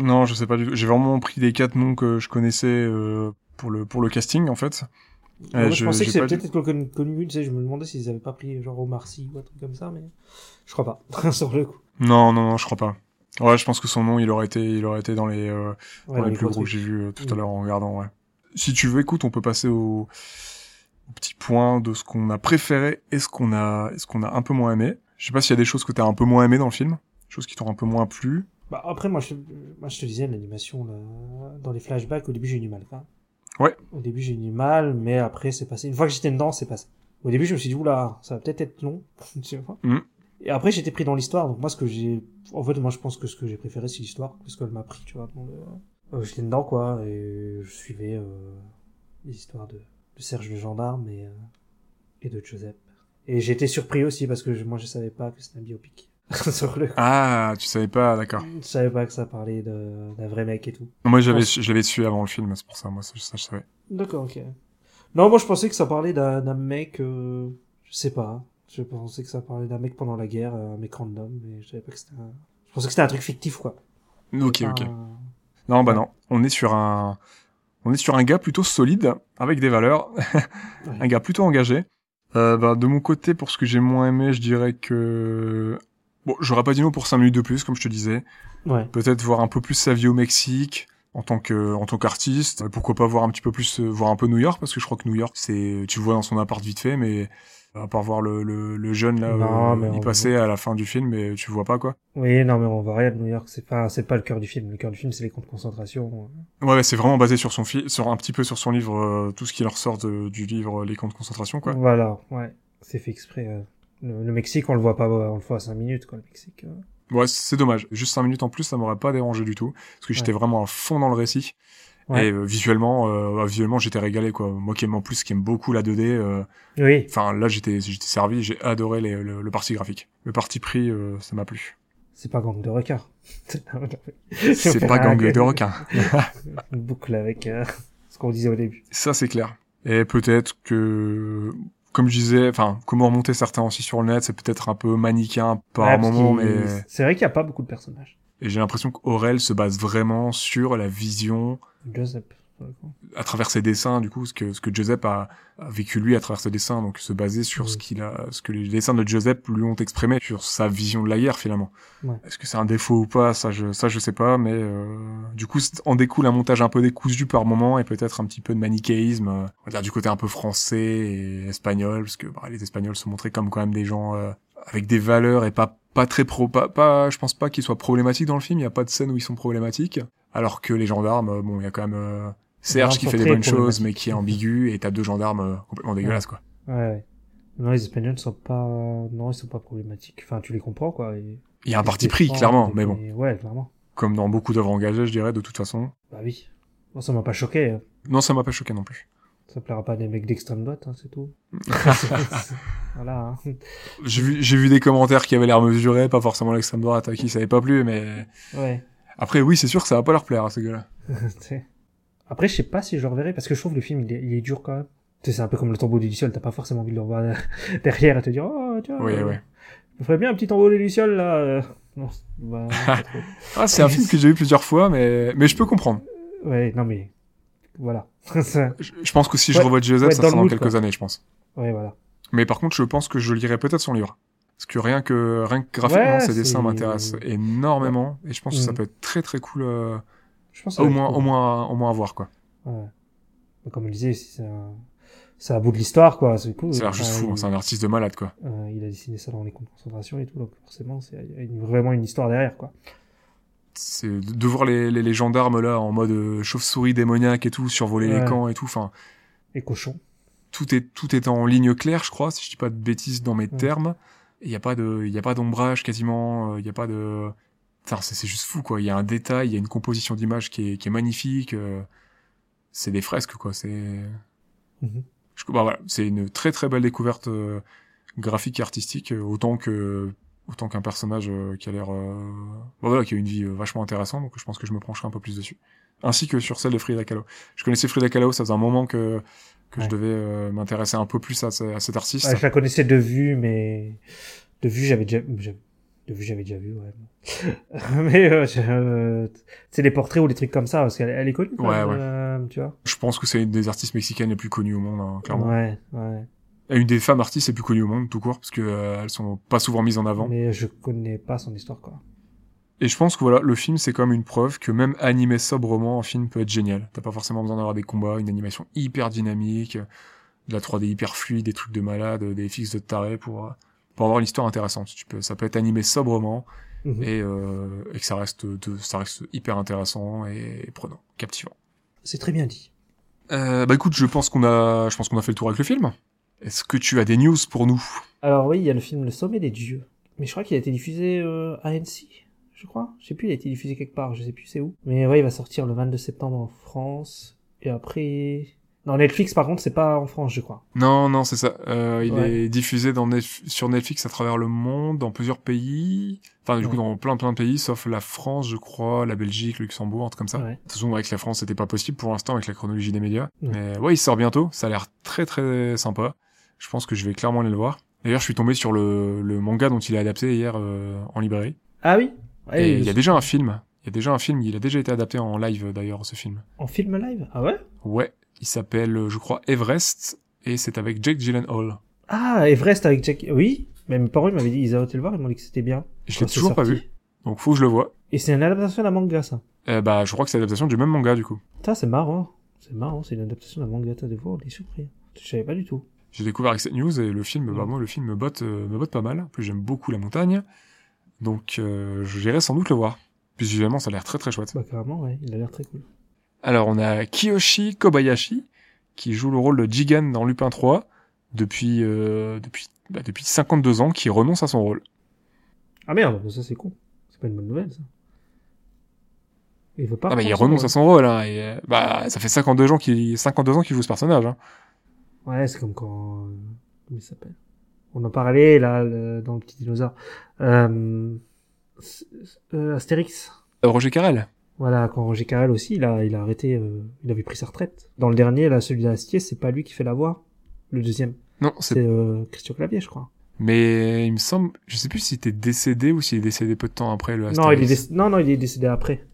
[SPEAKER 6] Non, je sais pas du tout. J'ai vraiment pris les quatre noms que je connaissais euh, pour le pour le casting en fait. Euh,
[SPEAKER 5] Moi, je, pensais que
[SPEAKER 6] j'ai
[SPEAKER 5] c'était
[SPEAKER 6] pas du-
[SPEAKER 5] peut-être connu, connu, tu sais, je me demandais s'ils avaient pas pris genre Omar Sy ou un truc comme ça, mais je crois pas, sur le coup.
[SPEAKER 6] Non, non, non, je crois pas. Ouais, je pense que son nom, il aurait été, il aurait été dans les, euh,
[SPEAKER 5] Ouais,
[SPEAKER 6] dans
[SPEAKER 5] dans
[SPEAKER 6] les
[SPEAKER 5] les
[SPEAKER 6] plus
[SPEAKER 5] gros
[SPEAKER 6] gros Mmh. que
[SPEAKER 5] trucs.
[SPEAKER 6] j'ai vu euh, tout à
[SPEAKER 5] Mm.
[SPEAKER 6] l'heure en regardant, ouais. Si tu veux, écoute, on peut passer au, au petit point de ce qu'on a préféré et ce qu'on a, et ce qu'on a un peu moins aimé. Je sais pas s'il y a des choses que t'as un peu moins aimé dans le film, choses qui t'ont un peu moins plu.
[SPEAKER 5] Bah, après, moi je, moi, je te disais, l'animation, là, dans les flashbacks, au début, j'ai eu du mal. quoi.
[SPEAKER 6] Ouais.
[SPEAKER 5] Au début, j'ai eu du mal, mais après, c'est passé. Une fois que j'étais dedans, c'est passé. Au début, je me suis dit, oula, ça va peut-être être long. tu vois.
[SPEAKER 6] Mhm.
[SPEAKER 5] Et après, j'étais pris dans l'histoire. Donc, moi, ce que j'ai. En fait, moi, je pense que ce que j'ai préféré, c'est l'histoire. Parce qu'elle m'a pris, tu vois. Dans le... euh, j'étais dedans, quoi. Et je suivais euh, les histoires de, de Serge le gendarme et, euh, et de Joseph. Et j'étais surpris aussi, parce que je- moi, je savais pas que c'était un biopic. Sur le
[SPEAKER 6] Ah, tu savais pas, d'accord.
[SPEAKER 5] je savais pas que ça parlait de- d'un vrai mec et tout.
[SPEAKER 6] Moi, j'avais, je l'avais su avant le film, c'est pour ça, moi, ça, ça, je savais.
[SPEAKER 5] D'accord, ok. Non, moi je pensais que ça parlait d'un d'un mec, euh, je sais pas. hein. Je pensais que ça parlait d'un mec pendant la guerre, euh, un mec random, mais je savais pas que c'était un... Je pensais que c'était un truc fictif, quoi.
[SPEAKER 6] Ok,
[SPEAKER 5] Pas
[SPEAKER 6] ok.
[SPEAKER 5] un-
[SPEAKER 6] Non, bah non. On est sur un, on est sur un gars plutôt solide, avec des valeurs, un gars plutôt engagé. Euh, bah, de mon côté, pour ce que j'ai moins aimé, je dirais que bon, j'aurais pas dit non pour 5 minutes de plus, comme je te disais.
[SPEAKER 5] Ouais.
[SPEAKER 6] Peut-être voir un peu plus sa vie au Mexique en tant que en tant qu'artiste. Et Pourquoi pas voir un petit peu plus, euh, voir un peu New York, parce que je crois que New York, c'est tu le vois dans son appart vite fait, mais à part voir le, le, le jeune là,
[SPEAKER 5] Non,
[SPEAKER 6] euh,
[SPEAKER 5] mais
[SPEAKER 6] il
[SPEAKER 5] on-
[SPEAKER 6] passait à la fin du film, mais tu le vois pas quoi.
[SPEAKER 5] Oui, non, mais on voit rien de New York, c'est pas, c'est pas le cœur du film. Le cœur du film, c'est les camps de concentration.
[SPEAKER 6] Ouais, ouais, c'est vraiment basé sur son fi- sur un petit peu sur son livre, euh, tout ce qui leur sort de- du livre euh, Les camps de concentration, quoi.
[SPEAKER 5] Voilà, ouais. C'est fait exprès. euh. Le, le Mexique, on le voit pas, euh, on le voit à 5 minutes, quoi, le Mexique. euh.
[SPEAKER 6] Ouais, c'est dommage. Juste cinq minutes en plus, ça m'aurait pas dérangé du tout, parce que j'étais vraiment à fond dans le récit.
[SPEAKER 5] Ouais.
[SPEAKER 6] Et euh, visuellement, euh, ouais, visuellement, j'étais régalé, quoi. Moi qui aime en plus, qui aime beaucoup la 2D, euh,
[SPEAKER 5] Oui,
[SPEAKER 6] enfin là, j'étais, j'étais servi. J'ai adoré les- le, le parti graphique. Le parti pris, euh, ça m'a plu.
[SPEAKER 5] c'est pas gang de requins.
[SPEAKER 6] C'est pas gang de requins.
[SPEAKER 5] Une boucle avec euh, ce qu'on disait au début.
[SPEAKER 6] Ça, c'est clair. Et peut-être que, comme je disais, enfin, comment remonter certains aussi sur le net, c'est peut-être un peu manichéen par
[SPEAKER 5] Ouais, parce
[SPEAKER 6] moment,
[SPEAKER 5] qu'il-
[SPEAKER 6] mais.
[SPEAKER 5] C'est vrai qu'il n'y a pas beaucoup de personnages.
[SPEAKER 6] Et j'ai l'impression qu'Aurel se base vraiment sur la vision
[SPEAKER 5] Joseph. pour le coup.
[SPEAKER 6] à travers ses dessins, du coup, ce que, ce que Giuseppe a, a vécu lui à travers ses dessins, donc se baser sur
[SPEAKER 5] Oui.
[SPEAKER 6] ce qu'il a, ce que les dessins de Giuseppe lui ont exprimé, sur sa vision de la guerre finalement.
[SPEAKER 5] Ouais.
[SPEAKER 6] Est-ce que c'est un défaut ou pas, ça je, ça je sais pas, mais euh, du coup, c'est- en découle un montage un peu décousu par moment et peut-être un petit peu de manichéisme, euh, on va dire du côté un peu français et espagnol, parce que bah, les Espagnols se montraient comme quand même des gens euh, avec des valeurs et pas pas très pro, pas, pas je pense pas qu'ils soient problématiques dans le film. Il y a pas de scène où ils sont problématiques, alors que les gendarmes, euh, bon, il y a quand même euh, Serge
[SPEAKER 5] gendarmes
[SPEAKER 6] qui
[SPEAKER 5] sont
[SPEAKER 6] fait des
[SPEAKER 5] très
[SPEAKER 6] bonnes choses,
[SPEAKER 5] problématiques.
[SPEAKER 6] mais qui est ambigu, et t'as deux gendarmes euh, complètement dégueulasses quoi.
[SPEAKER 5] Ouais, ouais. Non, les Espagnols sont pas. Non, ils sont pas problématiques. Enfin, tu les comprends, quoi. et-
[SPEAKER 6] Il y a un
[SPEAKER 5] ils
[SPEAKER 6] parti
[SPEAKER 5] se
[SPEAKER 6] pris
[SPEAKER 5] défendent,
[SPEAKER 6] clairement,
[SPEAKER 5] et-
[SPEAKER 6] mais bon,
[SPEAKER 5] et Ouais, clairement.
[SPEAKER 6] comme dans beaucoup d'œuvres engagées, je dirais de toute façon.
[SPEAKER 5] Bah oui. Moi, ça m'a pas choqué. hein.
[SPEAKER 6] Non, ça m'a pas choqué non plus.
[SPEAKER 5] Ça plaira pas à des mecs d'extrême droite, hein, c'est tout. voilà. hein.
[SPEAKER 6] J'ai vu, j'ai vu des commentaires qui avaient l'air mesurés, pas forcément l'extrême droite à qui ça avait pas plu, mais
[SPEAKER 5] Ouais.
[SPEAKER 6] après oui, c'est sûr que ça va pas leur plaire à ces gars-là.
[SPEAKER 5] C'est- Après, je sais pas si je le reverrai parce que je trouve que le film il est, il est dur quand même. Tu sais, C'est un peu comme le tombeau des Lucioles, t'as pas forcément envie de le revoir euh, derrière et te dire Oh, tiens,
[SPEAKER 6] Oui, oui.
[SPEAKER 5] je ferais bien un petit tombeau des Lucioles là. euh. Non, bah, pas trop.
[SPEAKER 6] Ah, c'est un film que j'ai vu plusieurs fois, mais mais je peux comprendre.
[SPEAKER 5] ouais, non mais. Voilà. ouais,
[SPEAKER 6] Je, je pense que si je
[SPEAKER 5] Ouais,
[SPEAKER 6] revois Joseph,
[SPEAKER 5] ouais,
[SPEAKER 6] ça
[SPEAKER 5] dans le
[SPEAKER 6] sera dans
[SPEAKER 5] mood,
[SPEAKER 6] quelques
[SPEAKER 5] quoi.
[SPEAKER 6] années, je pense.
[SPEAKER 5] voilà.
[SPEAKER 6] Mais par contre, je pense que je lirai peut-être son livre. Parce que rien que, rien que graphiquement,
[SPEAKER 5] Ouais,
[SPEAKER 6] ses dessins
[SPEAKER 5] c'est-
[SPEAKER 6] m'intéressent énormément. Et je pense que ça
[SPEAKER 5] Mhm.
[SPEAKER 6] peut être très très cool. euh,
[SPEAKER 5] Je pense que ça
[SPEAKER 6] au,
[SPEAKER 5] va être
[SPEAKER 6] moins,
[SPEAKER 5] cool.
[SPEAKER 6] au, moins, au moins à voir, quoi.
[SPEAKER 5] Ouais. Mais Comme on disait, c'est un. C'est à bout de l'histoire, quoi. C'est cool.
[SPEAKER 6] Ça a l'air juste
[SPEAKER 5] Enfin,
[SPEAKER 6] fou. hein,
[SPEAKER 5] il-
[SPEAKER 6] C'est un artiste de malade, quoi.
[SPEAKER 5] Euh, il a dessiné ça dans les camps de concentration et tout, donc forcément, c'est il y a une- vraiment une histoire derrière, quoi.
[SPEAKER 6] C'est de de voir les, les, les gendarmes là en mode euh, chauve-souris démoniaque et tout, survoler les
[SPEAKER 5] Ouais.
[SPEAKER 6] camps et tout. Enfin,
[SPEAKER 5] Et cochon.
[SPEAKER 6] tout est tout est en ligne claire, je crois, si je dis pas de bêtises dans mes
[SPEAKER 5] Mm.
[SPEAKER 6] termes. Il y a pas de il y a pas d'ombrage quasiment, euh, il y a pas de Putain, c'est c'est juste fou quoi, il y a un détail, il y a une composition d'image qui est qui est magnifique. euh, C'est des fresques quoi, c'est
[SPEAKER 5] Mhm.
[SPEAKER 6] Je- bah, voilà, c'est une très très belle découverte euh, graphique et artistique euh, autant que autant qu'un personnage euh, qui a l'air euh, bah, voilà, qui a une vie euh, vachement intéressante donc je pense que je me pencherai un peu plus dessus. Ainsi que sur celle de Frida Kahlo. Je connaissais Frida Kahlo, ça faisait un moment que que
[SPEAKER 5] Ouais.
[SPEAKER 6] je devais euh, m'intéresser un peu plus à, ce- à cet artiste.
[SPEAKER 5] Ouais, je la connaissais de vue, mais de vue j'avais déjà, j'avais- de vue j'avais déjà vu, ouais. mais euh, je- euh, c'est les portraits ou les trucs comme ça, parce qu'elle elle est connue, quand
[SPEAKER 6] Ouais,
[SPEAKER 5] même,
[SPEAKER 6] ouais.
[SPEAKER 5] euh, tu vois.
[SPEAKER 6] Je pense que c'est une des artistes mexicaines les plus connues au monde, hein, clairement.
[SPEAKER 5] Ouais, ouais.
[SPEAKER 6] à une des femmes artistes les plus connues au monde, tout court, parce que euh, elles sont pas souvent mises en avant.
[SPEAKER 5] Mais je connais pas son histoire, quoi.
[SPEAKER 6] Et je pense que voilà, le film c'est comme une preuve que même animé sobrement, un film peut être génial. T'as pas forcément besoin d'avoir des combats, une animation hyper dynamique, euh, de la 3D hyper fluide, des trucs de malade, euh, des fixes de taré pour euh, pour avoir l'histoire intéressante. Tu peux, ça peut être animé sobrement
[SPEAKER 5] Mhm.
[SPEAKER 6] et, euh, et que ça reste, de, ça reste hyper intéressant et, prenant, captivant.
[SPEAKER 5] C'est très bien dit.
[SPEAKER 6] Euh, bah écoute, je pense qu'on a, je pense qu'on a fait le tour avec le film. Est-ce que tu as des news pour nous
[SPEAKER 5] Alors oui, il y a le film Le Sommet des Dieux. Mais je crois qu'il a été diffusé euh, à Annecy, je crois. Je sais plus, il a été diffusé quelque part, je sais plus c'est où. Mais ouais, il va sortir le 22 septembre en France. Et après... Non, Netflix par contre, c'est pas en France, je crois.
[SPEAKER 6] Non, non, c'est ça. Euh, il
[SPEAKER 5] Ouais.
[SPEAKER 6] est diffusé dans Netf- sur Netflix à travers le monde, dans plusieurs pays. Enfin, du coup,
[SPEAKER 5] Ouais.
[SPEAKER 6] dans plein, plein de pays, sauf la France, je crois, la Belgique, le Luxembourg, un truc comme ça.
[SPEAKER 5] Ouais.
[SPEAKER 6] De toute façon, avec la France, c'était pas possible pour l'instant, avec la chronologie des médias.
[SPEAKER 5] Ouais.
[SPEAKER 6] Mais ouais, il sort bientôt. Ça a l'air très, très sympa. Je pense que je vais clairement aller le voir. D'ailleurs, je suis tombé sur le, le manga dont il est adapté hier euh, en librairie.
[SPEAKER 5] Ah oui Ouais,
[SPEAKER 6] Et il
[SPEAKER 5] le-
[SPEAKER 6] y a déjà un film. Il y a déjà un film. Il a déjà été adapté en live, d'ailleurs, ce film.
[SPEAKER 5] En film live Ah ouais
[SPEAKER 6] Ouais. Il s'appelle, euh, je crois, Everest. Et c'est avec Jake Gyllenhaal.
[SPEAKER 5] Ah, Everest avec Jack... Oui, mais mes parents ils m'avaient dit, ils avaient été le voir, ils m'ont dit que c'était bien.
[SPEAKER 6] Je
[SPEAKER 5] Quand
[SPEAKER 6] l'ai
[SPEAKER 5] c'est
[SPEAKER 6] toujours pas
[SPEAKER 5] sorti.
[SPEAKER 6] vu. Donc faut que je le vois.
[SPEAKER 5] Et c'est une adaptation d'un manga, ça.
[SPEAKER 6] Euh, bah, je crois que c'est l'adaptation du même manga, du coup.
[SPEAKER 5] Ça, c'est marrant. C'est marrant, c'est une adaptation d'un manga, t'as des fois, on est surpris. Je savais pas du tout.
[SPEAKER 6] J'ai découvert avec cette news et le film, bah,
[SPEAKER 5] Mm.
[SPEAKER 6] moi, le film me botte, euh, me botte pas mal. En plus, j'aime beaucoup la montagne. Donc, euh, j'irai sans doute le voir. Puis, visuellement, ça a l'air très très chouette.
[SPEAKER 5] Bah, carrément, ouais, il a l'air très cool.
[SPEAKER 6] Alors, on a Kiyoshi Kobayashi, qui joue le rôle de Jigan dans Lupin 3 depuis, euh, depuis, bah, depuis 52 ans, qui renonce à son rôle.
[SPEAKER 5] Ah merde, mais ça c'est con. C'est pas une bonne nouvelle ça. Il veut pas.
[SPEAKER 6] Ah, bah, il
[SPEAKER 5] reprendre
[SPEAKER 6] renonce
[SPEAKER 5] son
[SPEAKER 6] à son rôle, hein, et, euh, bah, ça fait 52 ans qu'il, 52 ans qu'il joue ce personnage, hein.
[SPEAKER 5] rôle. Ouais, c'est comme quand. euh, Comment il s'appelle On en parlait là le- dans le petit dinosaure. Euh... s- euh, Astérix.
[SPEAKER 6] Euh, Roger Carrel.
[SPEAKER 5] Voilà, quand Roger Carrel aussi, il a, il a arrêté, euh, il avait pris sa retraite. Dans le dernier, là, celui d'Astier, c'est pas lui qui fait la voix. Le deuxième,
[SPEAKER 6] Non, c'est
[SPEAKER 5] c'est euh, Christian Clavier, je crois.
[SPEAKER 6] Mais il me semble, je sais plus s'il était décédé ou s'il est décédé peu de temps après le
[SPEAKER 5] Non,
[SPEAKER 6] Astérix.
[SPEAKER 5] il est déc- non, non, il est décédé après.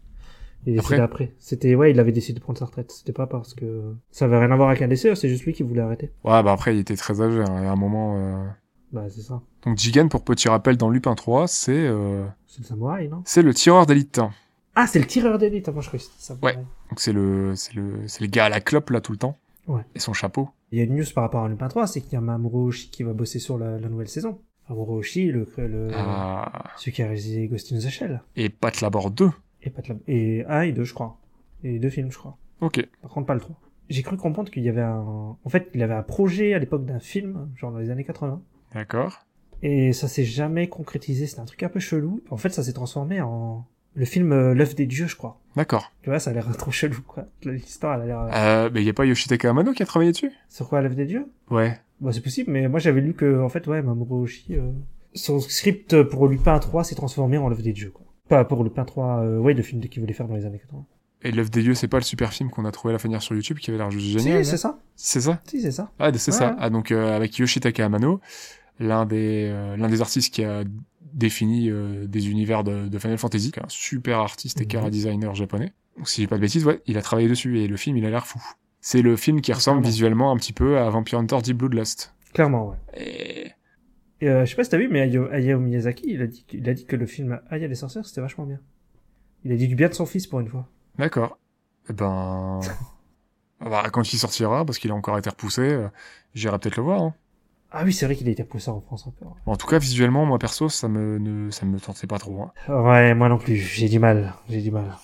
[SPEAKER 5] Il est décédé après. C'était, ouais, il avait décidé de prendre sa retraite. C'était pas parce que ça avait rien à voir avec un décès, c'est juste lui qui voulait arrêter.
[SPEAKER 6] Ouais, bah après, il était très âgé hein, à un moment. euh.
[SPEAKER 5] Bah, c'est ça.
[SPEAKER 6] Donc Jigan, pour petit rappel, dans Lupin 3, c'est euh,
[SPEAKER 5] C'est le samouraï, non
[SPEAKER 6] c'est le tireur d'élite. hein.
[SPEAKER 5] Ah, c'est le tireur d'élite. Avant, je croyais que c'était le samouraï.
[SPEAKER 6] Donc c'est le c'est le c'est le gars à la clope là tout le temps.
[SPEAKER 5] Ouais.
[SPEAKER 6] Et son chapeau.
[SPEAKER 5] Il y a une news par rapport à Lupin 3, c'est qu'il y a Mamoru Oshii qui va bosser sur la, la nouvelle saison. Mamoru Oshii, le, le,
[SPEAKER 6] Ah.
[SPEAKER 5] celui qui a réalisé Ghost in the Shell.
[SPEAKER 6] Et Pat Laborde 2.
[SPEAKER 5] Et, pas de la- et 1 et 2, je crois. Et deux films, je crois.
[SPEAKER 6] Ok.
[SPEAKER 5] Par contre, pas le 3. J'ai cru comprendre qu'il y avait un... En fait, il avait un projet à l'époque d'un film, genre dans les années 80.
[SPEAKER 6] D'accord.
[SPEAKER 5] Et ça s'est jamais concrétisé. C'était un truc un peu chelou. En fait, ça s'est transformé en... Le film euh, L'œuf des dieux, je crois.
[SPEAKER 6] D'accord.
[SPEAKER 5] Tu vois, ça a l'air trop chelou, quoi. L'histoire, elle a l'air...
[SPEAKER 6] Euh, mais il y a pas Yoshitaka Amano qui a travaillé dessus
[SPEAKER 5] Sur quoi, L'œuf des dieux
[SPEAKER 6] Ouais.
[SPEAKER 5] Bah, c'est possible, mais moi j'avais lu que, en fait, ouais, Mamoru Oshii, euh, son script pour Lupin 3 s'est transformé en Love des dieux, quoi. Pas pour Lupin 3, euh, ouais, le film qu'il voulait faire dans les années 80.
[SPEAKER 6] Et l'œuf des dieux, c'est pas le super film qu'on a trouvé à la finir sur YouTube qui avait l'air juste
[SPEAKER 5] Si,
[SPEAKER 6] génial.
[SPEAKER 5] c'est
[SPEAKER 6] hein
[SPEAKER 5] ça.
[SPEAKER 6] C'est ça
[SPEAKER 5] Si, c'est ça.
[SPEAKER 6] Ah, c'est
[SPEAKER 5] Ouais,
[SPEAKER 6] ça.
[SPEAKER 5] ouais.
[SPEAKER 6] Ah, donc euh, avec Yoshitaka Amano, l'un des euh, l'un des artistes qui a défini euh, des univers de, de Final Fantasy, qui est un super artiste et
[SPEAKER 5] Mhm.
[SPEAKER 6] chara designer japonais. Donc si j'ai pas de bêtises, ouais, il a travaillé dessus et le film, il a l'air fou. C'est le film qui ressemble
[SPEAKER 5] Clairement.
[SPEAKER 6] visuellement un petit peu à Vampire Hunter D Bloodlust.
[SPEAKER 5] Clairement, ouais.
[SPEAKER 6] Et...
[SPEAKER 5] Et, euh, je sais pas si t'as vu, mais Hayao Hayao Miyazaki, il a dit, il a dit que le film Aya les sorcières, c'était vachement bien. Il a dit du bien de son fils pour une fois.
[SPEAKER 6] D'accord. Eh ben, bah, quand il sortira, parce qu'il a encore été repoussé, euh, j'irai peut-être le voir. hein.
[SPEAKER 5] Ah oui, c'est vrai qu'il a été poussé en France un peu. hein. ouais.
[SPEAKER 6] En tout cas, visuellement, moi perso, ça me ne, ça me tentait pas trop. hein.
[SPEAKER 5] Ouais, moi non plus, j'ai du mal, j'ai du mal.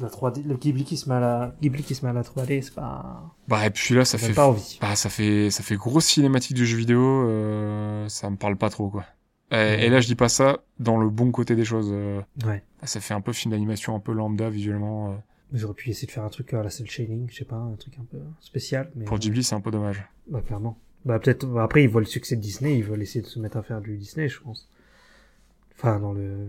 [SPEAKER 5] La 3D, le Ghibli qui se met à la, Ghibli qui se met à la 3D, c'est pas,
[SPEAKER 6] Bah et puis là, ça
[SPEAKER 5] ça
[SPEAKER 6] fait
[SPEAKER 5] fait pas envie.
[SPEAKER 6] Bah, ça fait, ça fait grosse cinématique du jeu vidéo, euh, ça me parle pas trop, quoi. Et, et là, je dis pas ça dans le bon côté des choses. euh,
[SPEAKER 5] Ouais.
[SPEAKER 6] ça fait un peu film d'animation, un peu lambda visuellement. euh.
[SPEAKER 5] J'aurais pu essayer de faire un truc à la cel shading, je sais pas, un truc un peu spécial, mais
[SPEAKER 6] Pour Ghibli, c'est un peu dommage.
[SPEAKER 5] bah clairement. Bah peut-être bah, après ils voient le succès de Disney, ils veulent essayer de se mettre à faire du Disney, je pense. Enfin dans le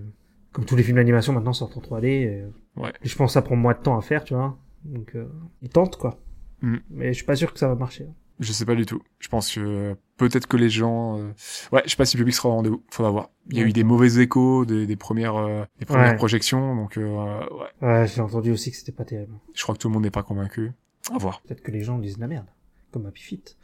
[SPEAKER 5] comme tous les films d'animation maintenant sortent en 3D. euh,
[SPEAKER 6] Ouais.
[SPEAKER 5] et Je pense que ça prend moins de temps à faire, tu vois. Donc euh, ils tentent quoi.
[SPEAKER 6] Mm.
[SPEAKER 5] Mais je suis pas sûr que ça va marcher.
[SPEAKER 6] Je sais pas du tout. Je pense que euh, peut-être que les gens, euh, ouais, je sais pas si le public sera au rendez-vous. Faudra voir. Il y a
[SPEAKER 5] Ouais.
[SPEAKER 6] eu des mauvais échos, des, des premières, euh, des premières
[SPEAKER 5] Ouais.
[SPEAKER 6] projections, donc euh, ouais.
[SPEAKER 5] Ouais, j'ai entendu aussi que c'était pas terrible.
[SPEAKER 6] Je crois que tout le monde n'est pas convaincu. À voir.
[SPEAKER 5] Peut-être que les gens disent de la merde, comme Happy Feet.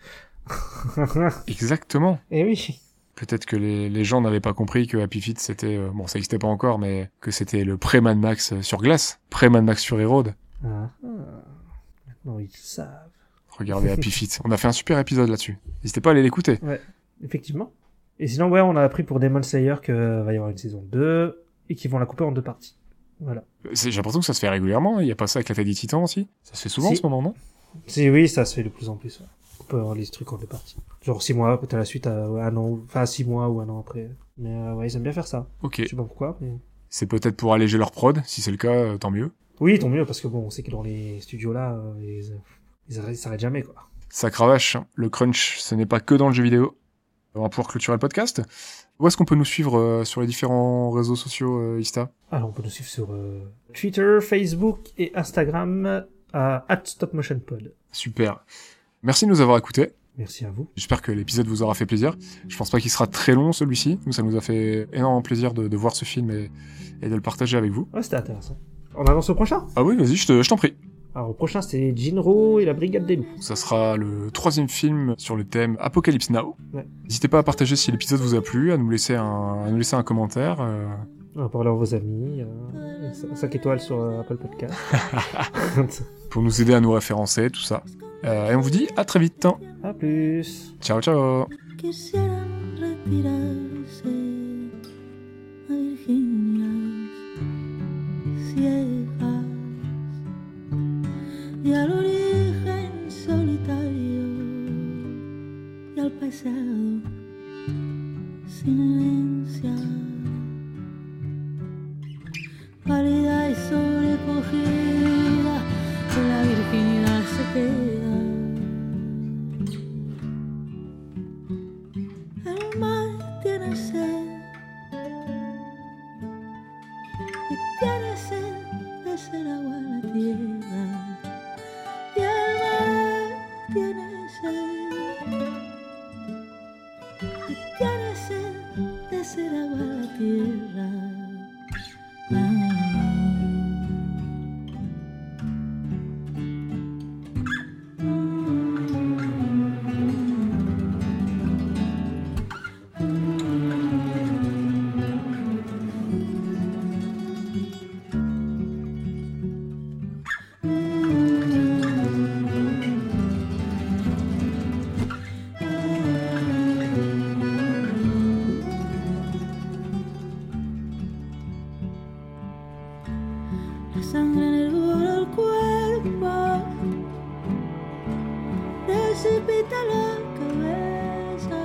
[SPEAKER 6] Exactement.
[SPEAKER 5] Eh oui.
[SPEAKER 6] Peut-être que les, les gens n'avaient pas compris que Happy Feet, c'était... euh, bon, ça n'existait pas encore, mais que c'était le pré-Mad Max euh, sur glace, pré-Mad Max sur Hérode.
[SPEAKER 5] Ah, ah. Maintenant, ils le savent.
[SPEAKER 6] Regardez Happy Feet. On a fait un super épisode là-dessus. N'hésitez pas à aller l'écouter.
[SPEAKER 5] Effectivement. Et sinon, ouais, on a appris pour Demon Slayer qu'il va y avoir une saison 2 et qu'ils vont la couper en deux parties. Voilà.
[SPEAKER 6] C'est- J'ai l'impression que ça se fait régulièrement. hein. Il n'y a pas ça avec l'attaque des titans aussi. Ça se fait souvent
[SPEAKER 5] Si.
[SPEAKER 6] en ce moment, non
[SPEAKER 5] Si, oui, ça se fait de plus en plus. ouais. On peut avoir les trucs en deux parties. Genre 6 mois, peut-être la suite, euh, un an, enfin 6 mois ou un an après. Mais euh, ouais, ils aiment bien faire ça.
[SPEAKER 6] Ok.
[SPEAKER 5] Je sais pas pourquoi, mais.
[SPEAKER 6] C'est peut-être pour alléger leur prod. Si c'est le cas, euh, tant mieux.
[SPEAKER 5] Oui, tant mieux, parce que bon, on sait que dans les studios là, euh, ils, euh, ils arrêtent- ils s'arrêtent jamais, quoi.
[SPEAKER 6] Ça cravache. hein. Le crunch, ce n'est pas que dans le jeu vidéo. On va pouvoir clôturer le podcast. Où est-ce qu'on peut nous suivre euh, sur les différents réseaux sociaux, euh, Ista
[SPEAKER 5] Alors, Ah, on peut nous suivre sur euh, Twitter, Facebook et Instagram à @stopmotionpod.
[SPEAKER 6] Super. Merci de nous avoir écoutés.
[SPEAKER 5] Merci à vous.
[SPEAKER 6] J'espère que l'épisode vous aura fait plaisir. Je pense pas qu'il sera très long celui-ci. Nous, ça nous a fait énormément plaisir de, de voir ce film et, et de le partager avec vous.
[SPEAKER 5] Ouais, c'était intéressant. On avance au prochain.
[SPEAKER 6] Ah oui, vas-y, je te- je t'en prie.
[SPEAKER 5] Alors, au prochain, c'est Jinro et la Brigade des Loups.
[SPEAKER 6] Ça sera le troisième film sur le thème Apocalypse Now.
[SPEAKER 5] Ouais.
[SPEAKER 6] N'hésitez pas à partager si l'épisode vous a plu, à nous laisser un, à nous laisser un commentaire. euh,
[SPEAKER 5] Ah, On va parler à vos amis. Euh, 5 étoiles sur euh, Apple Podcast.
[SPEAKER 6] pour nous aider à nous référencer, tout ça. Euh, et on vous dit à très vite.
[SPEAKER 5] à plus.
[SPEAKER 6] Ciao, ciao
[SPEAKER 7] quisieran retirarse a Virginias ciegas y al origen solitario y al pasado sin herencia pálida y sobrecogida la virginidad se queda el mar tiene sed y tiene sed de ser agua la tierra y el mar tiene sed y tiene sed de ser agua la tierra Ah. La sangre en el vuelo del cuerpo precipita la cabeza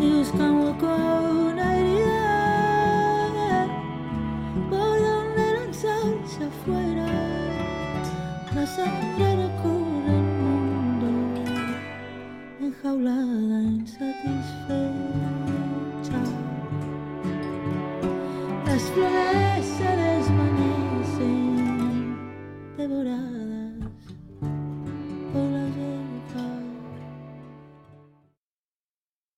[SPEAKER 7] y busca un hueco, una herida por donde lanzarse afuera. La sangre recorre el mundo enjaulada, insatisfecha. Las flores se desvanecen, devoradas